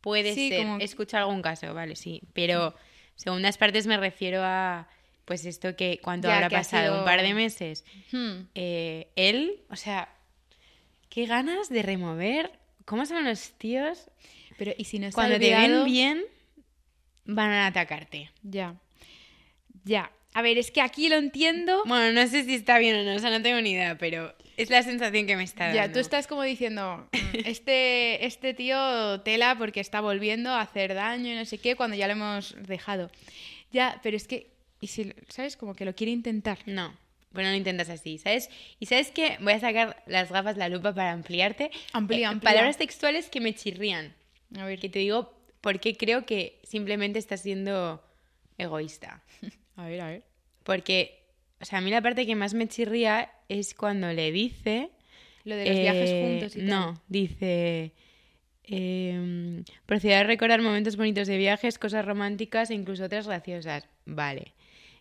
[SPEAKER 2] puede
[SPEAKER 1] Sí,
[SPEAKER 2] ser.
[SPEAKER 1] como-
[SPEAKER 2] He escuchado algún caso, vale, sí. Pero segundas partes me refiero a, pues esto que cuando
[SPEAKER 1] Ya,
[SPEAKER 2] habrá
[SPEAKER 1] que ha
[SPEAKER 2] pasado
[SPEAKER 1] sido-
[SPEAKER 2] un par de meses,
[SPEAKER 1] Hmm.
[SPEAKER 2] eh, él, o sea, qué ganas de remover. ¿Cómo son los tíos?
[SPEAKER 1] Pero y si no se ha
[SPEAKER 2] Cuando te ven
[SPEAKER 1] olvidado?
[SPEAKER 2] bien, van a atacarte.
[SPEAKER 1] Ya. Ya. A ver, es que aquí lo entiendo.
[SPEAKER 2] Bueno, no sé si está bien o no, o sea, no tengo ni idea, pero es la sensación que me está dando.
[SPEAKER 1] Ya, tú estás como diciendo, "Mm, este, este tío tela porque está volviendo a hacer daño y no sé qué, cuando ya
[SPEAKER 2] Eh,
[SPEAKER 1] lo hemos dejado. Ya, pero es que, y si, lo- ¿sabes? Como que lo quiere intentar.
[SPEAKER 2] No. Pero no lo intentas así, ¿sabes? Y ¿sabes qué? Voy a sacar las gafas, la lupa para ampliarte.
[SPEAKER 1] Amplía,
[SPEAKER 2] Eh,
[SPEAKER 1] amplía.
[SPEAKER 2] Palabras textuales que me chirrían.
[SPEAKER 1] A ver,
[SPEAKER 2] Que te digo porque creo que simplemente estás siendo egoísta.
[SPEAKER 1] a ver, a ver.
[SPEAKER 2] Porque, o sea, a mí la parte que más me chirría es cuando le dice...
[SPEAKER 1] Lo de los
[SPEAKER 2] eh,
[SPEAKER 1] viajes juntos y
[SPEAKER 2] No, dice... em, proceder a recordar momentos bonitos de viajes, cosas románticas e incluso otras graciosas. Vale.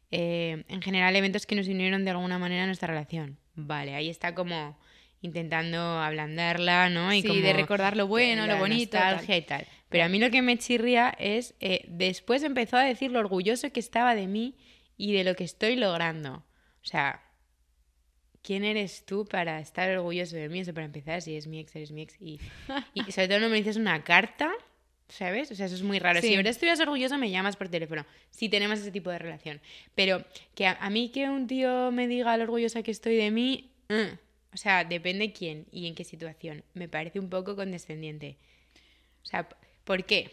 [SPEAKER 2] Eh, en general, eventos que nos unieron de alguna manera a nuestra relación. Vale, ahí está como intentando ablandarla, ¿no?
[SPEAKER 1] tal.
[SPEAKER 2] Y
[SPEAKER 1] sí,
[SPEAKER 2] como
[SPEAKER 1] de recordar lo bueno,
[SPEAKER 2] la
[SPEAKER 1] lo bonito. tal.
[SPEAKER 2] nostalgia y tal. Pero a mí lo que me chirría es, eh, después empezó a decir lo orgulloso que estaba de mí y de lo que estoy logrando. O sea, ¿quién eres tú para estar orgulloso de mí? Eso para empezar, si es mi ex, eres mi ex. Y, y sobre todo no me dices una carta, ¿sabes? O sea, eso es muy raro. Si
[SPEAKER 1] Sí.
[SPEAKER 2] de verdad estuvieras orgulloso, me llamas por teléfono. Si tenemos ese tipo de relación. Pero que a, a mí que un tío me diga lo orgullosa que estoy de mí, mm. o sea, depende quién y en qué situación. Me parece un poco condescendiente. O sea, p- ¿por qué?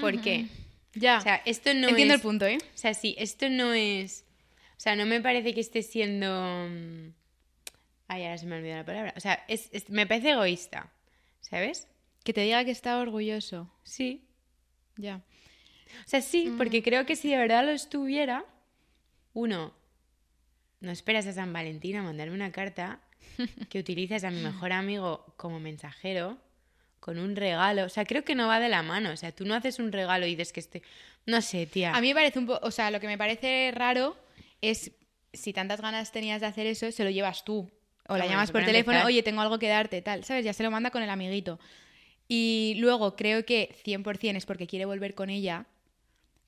[SPEAKER 2] ¿Por qué?
[SPEAKER 1] Ya.
[SPEAKER 2] O sea, esto no
[SPEAKER 1] Entiendo
[SPEAKER 2] es...
[SPEAKER 1] el punto, ¿eh?
[SPEAKER 2] O sea, sí, esto no es. O sea, no me parece que esté siendo. mm, Ay, ahora se me ha olvidado la palabra. O sea, es, es- me parece egoísta. ¿Sabes?
[SPEAKER 1] Que te diga que está orgulloso.
[SPEAKER 2] Sí.
[SPEAKER 1] Ya.
[SPEAKER 2] O sea, sí,
[SPEAKER 1] Mm.
[SPEAKER 2] porque creo que si de verdad lo estuviera, uno, no esperas a San Valentín a mandarme una carta que utilizas a mi mejor amigo como mensajero con un regalo. O sea, creo que no va de la mano. O sea, tú no haces un regalo y dices que esté. No sé, tía.
[SPEAKER 1] A mí me parece un poco, o sea, lo que me parece raro es si tantas ganas tenías de hacer eso, se lo llevas tú. O la
[SPEAKER 2] Hombre,
[SPEAKER 1] llamas
[SPEAKER 2] se
[SPEAKER 1] por
[SPEAKER 2] pueden
[SPEAKER 1] teléfono,
[SPEAKER 2] empezar.
[SPEAKER 1] oye, tengo algo que darte, tal, ¿sabes? Ya se lo manda con el amiguito. Y luego creo que 100% es porque quiere volver con ella,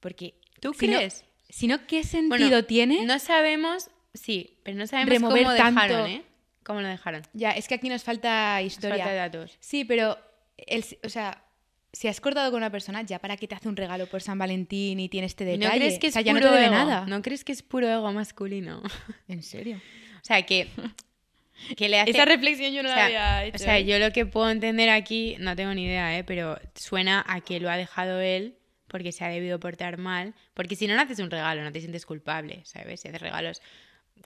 [SPEAKER 1] porque...
[SPEAKER 2] ¿Tú
[SPEAKER 1] si no-
[SPEAKER 2] crees?
[SPEAKER 1] Si no, ¿qué sentido
[SPEAKER 2] Bueno,
[SPEAKER 1] tiene?
[SPEAKER 2] No sabemos, sí, pero no sabemos
[SPEAKER 1] Remover
[SPEAKER 2] cómo
[SPEAKER 1] tanto-
[SPEAKER 2] dejaron, ¿eh? Cómo lo dejaron. Nos
[SPEAKER 1] Ya, es que aquí nos falta historia.
[SPEAKER 2] Falta de datos.
[SPEAKER 1] Sí, pero, el, o sea, si has cortado con una persona, ¿ya para qué te hace un regalo por San Valentín y tiene este
[SPEAKER 2] ¿Y
[SPEAKER 1] detalle?
[SPEAKER 2] ¿No crees
[SPEAKER 1] O
[SPEAKER 2] que es
[SPEAKER 1] sea, ya no
[SPEAKER 2] puro
[SPEAKER 1] te debe
[SPEAKER 2] ego?
[SPEAKER 1] nada.
[SPEAKER 2] ¿No crees que es puro ego masculino?
[SPEAKER 1] ¿En serio?
[SPEAKER 2] O sea, que, que le hace...
[SPEAKER 1] Esa reflexión yo no
[SPEAKER 2] o
[SPEAKER 1] la
[SPEAKER 2] sea,
[SPEAKER 1] había hecho.
[SPEAKER 2] o sea,
[SPEAKER 1] ¿eh?
[SPEAKER 2] yo lo que puedo entender aquí, no tengo ni idea, ¿eh? Pero suena a que lo ha dejado él porque se ha debido portar mal. Porque si no, no haces un regalo, no te sientes culpable, ¿sabes? Si haces regalos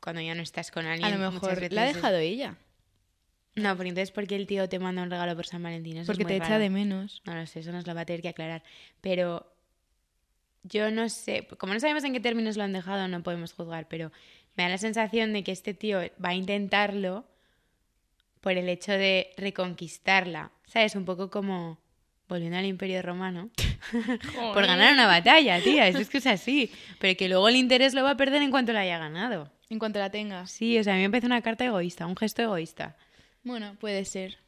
[SPEAKER 2] cuando ya no estás con alguien...
[SPEAKER 1] A lo
[SPEAKER 2] muchas
[SPEAKER 1] mejor
[SPEAKER 2] veces
[SPEAKER 1] la ha
[SPEAKER 2] es-
[SPEAKER 1] dejado ella.
[SPEAKER 2] No, porque entonces, ¿por qué el tío te manda un regalo por San Valentín? Eso es
[SPEAKER 1] Porque
[SPEAKER 2] muy
[SPEAKER 1] te echa
[SPEAKER 2] raro.
[SPEAKER 1] de menos.
[SPEAKER 2] No lo sé, eso nos lo va a tener que aclarar. Pero yo no sé, como no sabemos en qué términos lo han dejado, no podemos juzgar, pero me da la sensación de que este tío va a intentarlo por el hecho de reconquistarla. ¿Sabes? Un poco como volviendo al Imperio Romano. por ganar una batalla, tía. Eso es que es así. Pero que luego el interés lo va a perder en cuanto la haya ganado.
[SPEAKER 1] En cuanto la tengas.
[SPEAKER 2] Sí, o sea, a mí me parece una carta egoísta, un gesto egoísta.
[SPEAKER 1] Bueno, puede ser.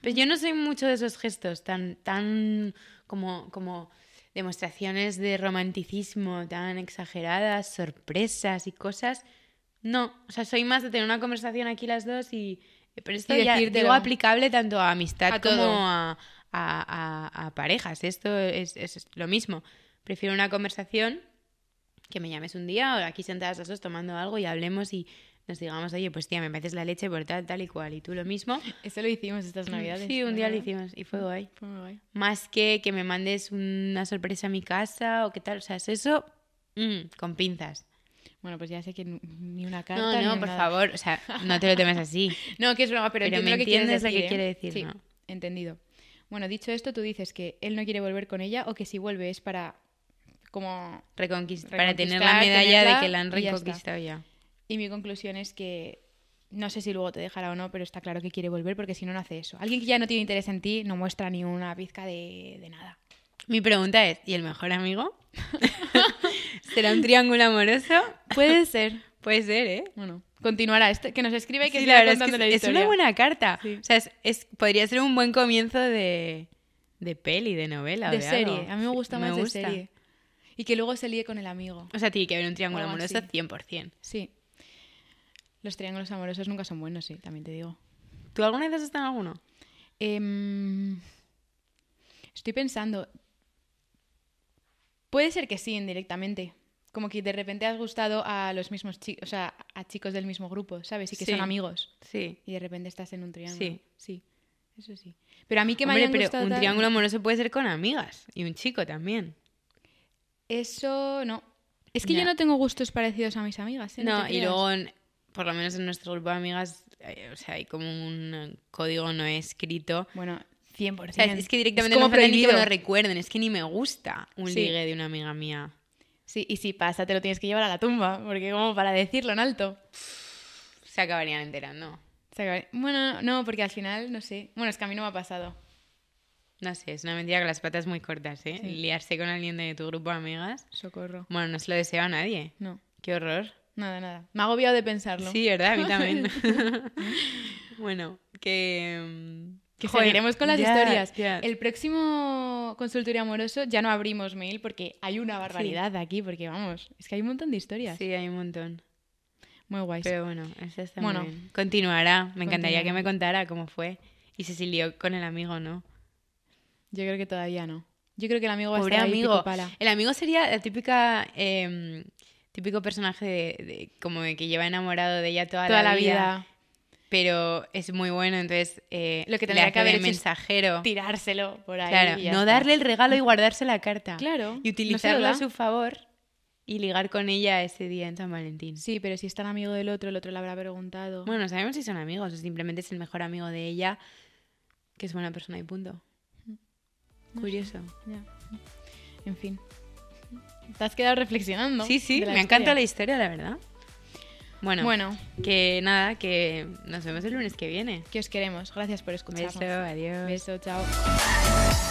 [SPEAKER 2] Pues yo no soy mucho de esos gestos tan, tan como, como demostraciones de romanticismo tan exageradas, sorpresas y cosas. No, o sea, soy más de tener una conversación aquí las dos y... Pero esto
[SPEAKER 1] Y
[SPEAKER 2] ya
[SPEAKER 1] decírtelo.
[SPEAKER 2] digo aplicable tanto a amistad
[SPEAKER 1] A todo.
[SPEAKER 2] como a, a- a- a parejas. Esto es, es lo mismo. Prefiero una conversación que me llames un día o aquí sentadas las dos tomando algo y hablemos y nos digamos, oye, pues tía, me pareces la leche por tal, tal y cual. Y tú lo mismo.
[SPEAKER 1] Eso lo hicimos estas navidades.
[SPEAKER 2] Mm, Sí, un día lo
[SPEAKER 1] ¿verdad?
[SPEAKER 2] hicimos y fue guay.
[SPEAKER 1] Fue muy guay.
[SPEAKER 2] Más que que me mandes una sorpresa a mi casa o qué tal, o sea, es eso mm, con pinzas.
[SPEAKER 1] Bueno, pues ya sé que n- ni una carta.
[SPEAKER 2] No, no,
[SPEAKER 1] ni
[SPEAKER 2] por
[SPEAKER 1] nada.
[SPEAKER 2] favor, o sea, no te lo temes así.
[SPEAKER 1] No, que es broma, pero,
[SPEAKER 2] Pero
[SPEAKER 1] entiendo
[SPEAKER 2] me
[SPEAKER 1] lo que quieres
[SPEAKER 2] entiendes lo
[SPEAKER 1] decir.
[SPEAKER 2] que
[SPEAKER 1] ¿eh?
[SPEAKER 2] quiere decir,
[SPEAKER 1] Sí,
[SPEAKER 2] ¿no?
[SPEAKER 1] entendido. Bueno, dicho esto, tú dices que él no quiere volver con ella o que si vuelve es para. Como.
[SPEAKER 2] Reconquist- para tener
[SPEAKER 1] Reconquistar,
[SPEAKER 2] la medalla
[SPEAKER 1] tenerla
[SPEAKER 2] de que la han
[SPEAKER 1] y ya está.
[SPEAKER 2] reconquistado ya.
[SPEAKER 1] Y mi conclusión es que. No sé si luego te dejará o no, pero está claro que quiere volver porque si no, no hace eso. Alguien que ya no tiene interés en ti no muestra ni una pizca de, de nada.
[SPEAKER 2] Mi pregunta es, ¿y el mejor amigo? ¿Será un triángulo amoroso?
[SPEAKER 1] Puede ser.
[SPEAKER 2] Puede ser, ¿eh?
[SPEAKER 1] Bueno, continuará. Este, que nos escribe y que
[SPEAKER 2] Sí,
[SPEAKER 1] siga
[SPEAKER 2] la verdad es
[SPEAKER 1] contando
[SPEAKER 2] que
[SPEAKER 1] la
[SPEAKER 2] es- es,
[SPEAKER 1] historia.
[SPEAKER 2] una buena carta.
[SPEAKER 1] Sí.
[SPEAKER 2] O sea, es- es- podría ser un buen comienzo de, de peli, de novela. o
[SPEAKER 1] de
[SPEAKER 2] de
[SPEAKER 1] serie.
[SPEAKER 2] algo.
[SPEAKER 1] A mí me
[SPEAKER 2] Sí,
[SPEAKER 1] gusta más de serie. Y que luego se líe con el amigo.
[SPEAKER 2] O sea, tiene que haber un triángulo
[SPEAKER 1] Algo
[SPEAKER 2] amoroso
[SPEAKER 1] así.
[SPEAKER 2] 100%.
[SPEAKER 1] Sí. Los triángulos amorosos nunca son buenos, sí, también te digo.
[SPEAKER 2] ¿Tú alguna vez has estado en alguno?
[SPEAKER 1] Em, estoy pensando. Puede ser que sí, indirectamente. Como que de repente has gustado a los mismos chicos, o sea, a chicos del mismo grupo, ¿sabes? Y que
[SPEAKER 2] Sí.
[SPEAKER 1] son amigos.
[SPEAKER 2] Sí.
[SPEAKER 1] Y de repente estás en un triángulo.
[SPEAKER 2] Sí.
[SPEAKER 1] sí. Eso sí. Pero a mí que me
[SPEAKER 2] Hombre,
[SPEAKER 1] hayan
[SPEAKER 2] pero
[SPEAKER 1] gustado
[SPEAKER 2] un
[SPEAKER 1] tal-
[SPEAKER 2] triángulo amoroso puede ser con amigas y un chico también.
[SPEAKER 1] Eso no. Es que
[SPEAKER 2] Ya.
[SPEAKER 1] yo no tengo gustos parecidos a mis amigas. ¿eh?
[SPEAKER 2] No,
[SPEAKER 1] te
[SPEAKER 2] y
[SPEAKER 1] creas.
[SPEAKER 2] luego, en- por lo menos en nuestro grupo de amigas, eh, o sea, hay como un código no escrito.
[SPEAKER 1] Bueno, 100%.
[SPEAKER 2] O sea, es que directamente
[SPEAKER 1] como
[SPEAKER 2] no me falta ni que me lo
[SPEAKER 1] prohibido.
[SPEAKER 2] recuerden, es que ni me gusta un
[SPEAKER 1] Sí.
[SPEAKER 2] ligue de una amiga mía.
[SPEAKER 1] Sí, y si pasa, te lo tienes que llevar a la tumba, porque como para decirlo en alto.
[SPEAKER 2] Se acabarían enterando.
[SPEAKER 1] O sea, que- Bueno, no, porque al final, no sé. Bueno, es que a mí no me ha pasado.
[SPEAKER 2] No sé, es una mentira con las patas muy cortas, ¿eh?
[SPEAKER 1] Sí.
[SPEAKER 2] Liarse con alguien de tu grupo de amigas.
[SPEAKER 1] Socorro.
[SPEAKER 2] Bueno, no se lo deseo a nadie.
[SPEAKER 1] No,
[SPEAKER 2] Qué horror.
[SPEAKER 1] nada, nada. Me ha agobiado de pensarlo.
[SPEAKER 2] Sí, ¿verdad? A mí también. bueno, que... mm,
[SPEAKER 1] Que
[SPEAKER 2] joder,
[SPEAKER 1] seguiremos con las
[SPEAKER 2] ya,
[SPEAKER 1] historias.
[SPEAKER 2] ya.
[SPEAKER 1] El próximo consultorio amoroso ya no abrimos mail porque hay una barbaridad aquí, porque vamos, es que hay un montón de historias.
[SPEAKER 2] Sí, hay un montón.
[SPEAKER 1] Muy guays.
[SPEAKER 2] Pero bueno, esa está
[SPEAKER 1] Bueno.
[SPEAKER 2] muy bien. Continuará. Me encantaría
[SPEAKER 1] Continuará.
[SPEAKER 2] que me contara cómo fue. Y si se lió con el amigo o no.
[SPEAKER 1] Yo creo que todavía no. Yo creo que el amigo va
[SPEAKER 2] Pobre
[SPEAKER 1] a estar ahí
[SPEAKER 2] amigo.
[SPEAKER 1] pico pala.
[SPEAKER 2] El amigo sería la típica... eh, típico personaje de, de- como de que lleva enamorado de ella toda,
[SPEAKER 1] Toda la vida.
[SPEAKER 2] pero es muy bueno, entonces eh,
[SPEAKER 1] Lo que
[SPEAKER 2] le
[SPEAKER 1] tendría
[SPEAKER 2] hace
[SPEAKER 1] que haber
[SPEAKER 2] de
[SPEAKER 1] hecho es
[SPEAKER 2] mensajero.
[SPEAKER 1] Tirárselo por ahí.
[SPEAKER 2] Claro,
[SPEAKER 1] y ya
[SPEAKER 2] no
[SPEAKER 1] está.
[SPEAKER 2] darle el regalo y guardarse la carta.
[SPEAKER 1] Claro. no se lo
[SPEAKER 2] Y utilizarlo
[SPEAKER 1] da.
[SPEAKER 2] a su favor y ligar con ella ese día en San Valentín.
[SPEAKER 1] Sí, pero si es tan amigo del otro, el otro le habrá preguntado.
[SPEAKER 2] Bueno, no sabemos si son amigos o simplemente es el mejor amigo de ella, que es buena persona y punto.
[SPEAKER 1] Mm.
[SPEAKER 2] Curioso.
[SPEAKER 1] Ya. En fin. Te has quedado reflexionando.
[SPEAKER 2] Sí, sí,
[SPEAKER 1] de la
[SPEAKER 2] me encanta la
[SPEAKER 1] historia.
[SPEAKER 2] historia, la verdad. Bueno,
[SPEAKER 1] Bueno,
[SPEAKER 2] que nada, que nos vemos el lunes que viene.
[SPEAKER 1] que os queremos. Gracias por escucharnos.
[SPEAKER 2] Beso, adiós.
[SPEAKER 1] Beso, chao.
[SPEAKER 2] Thank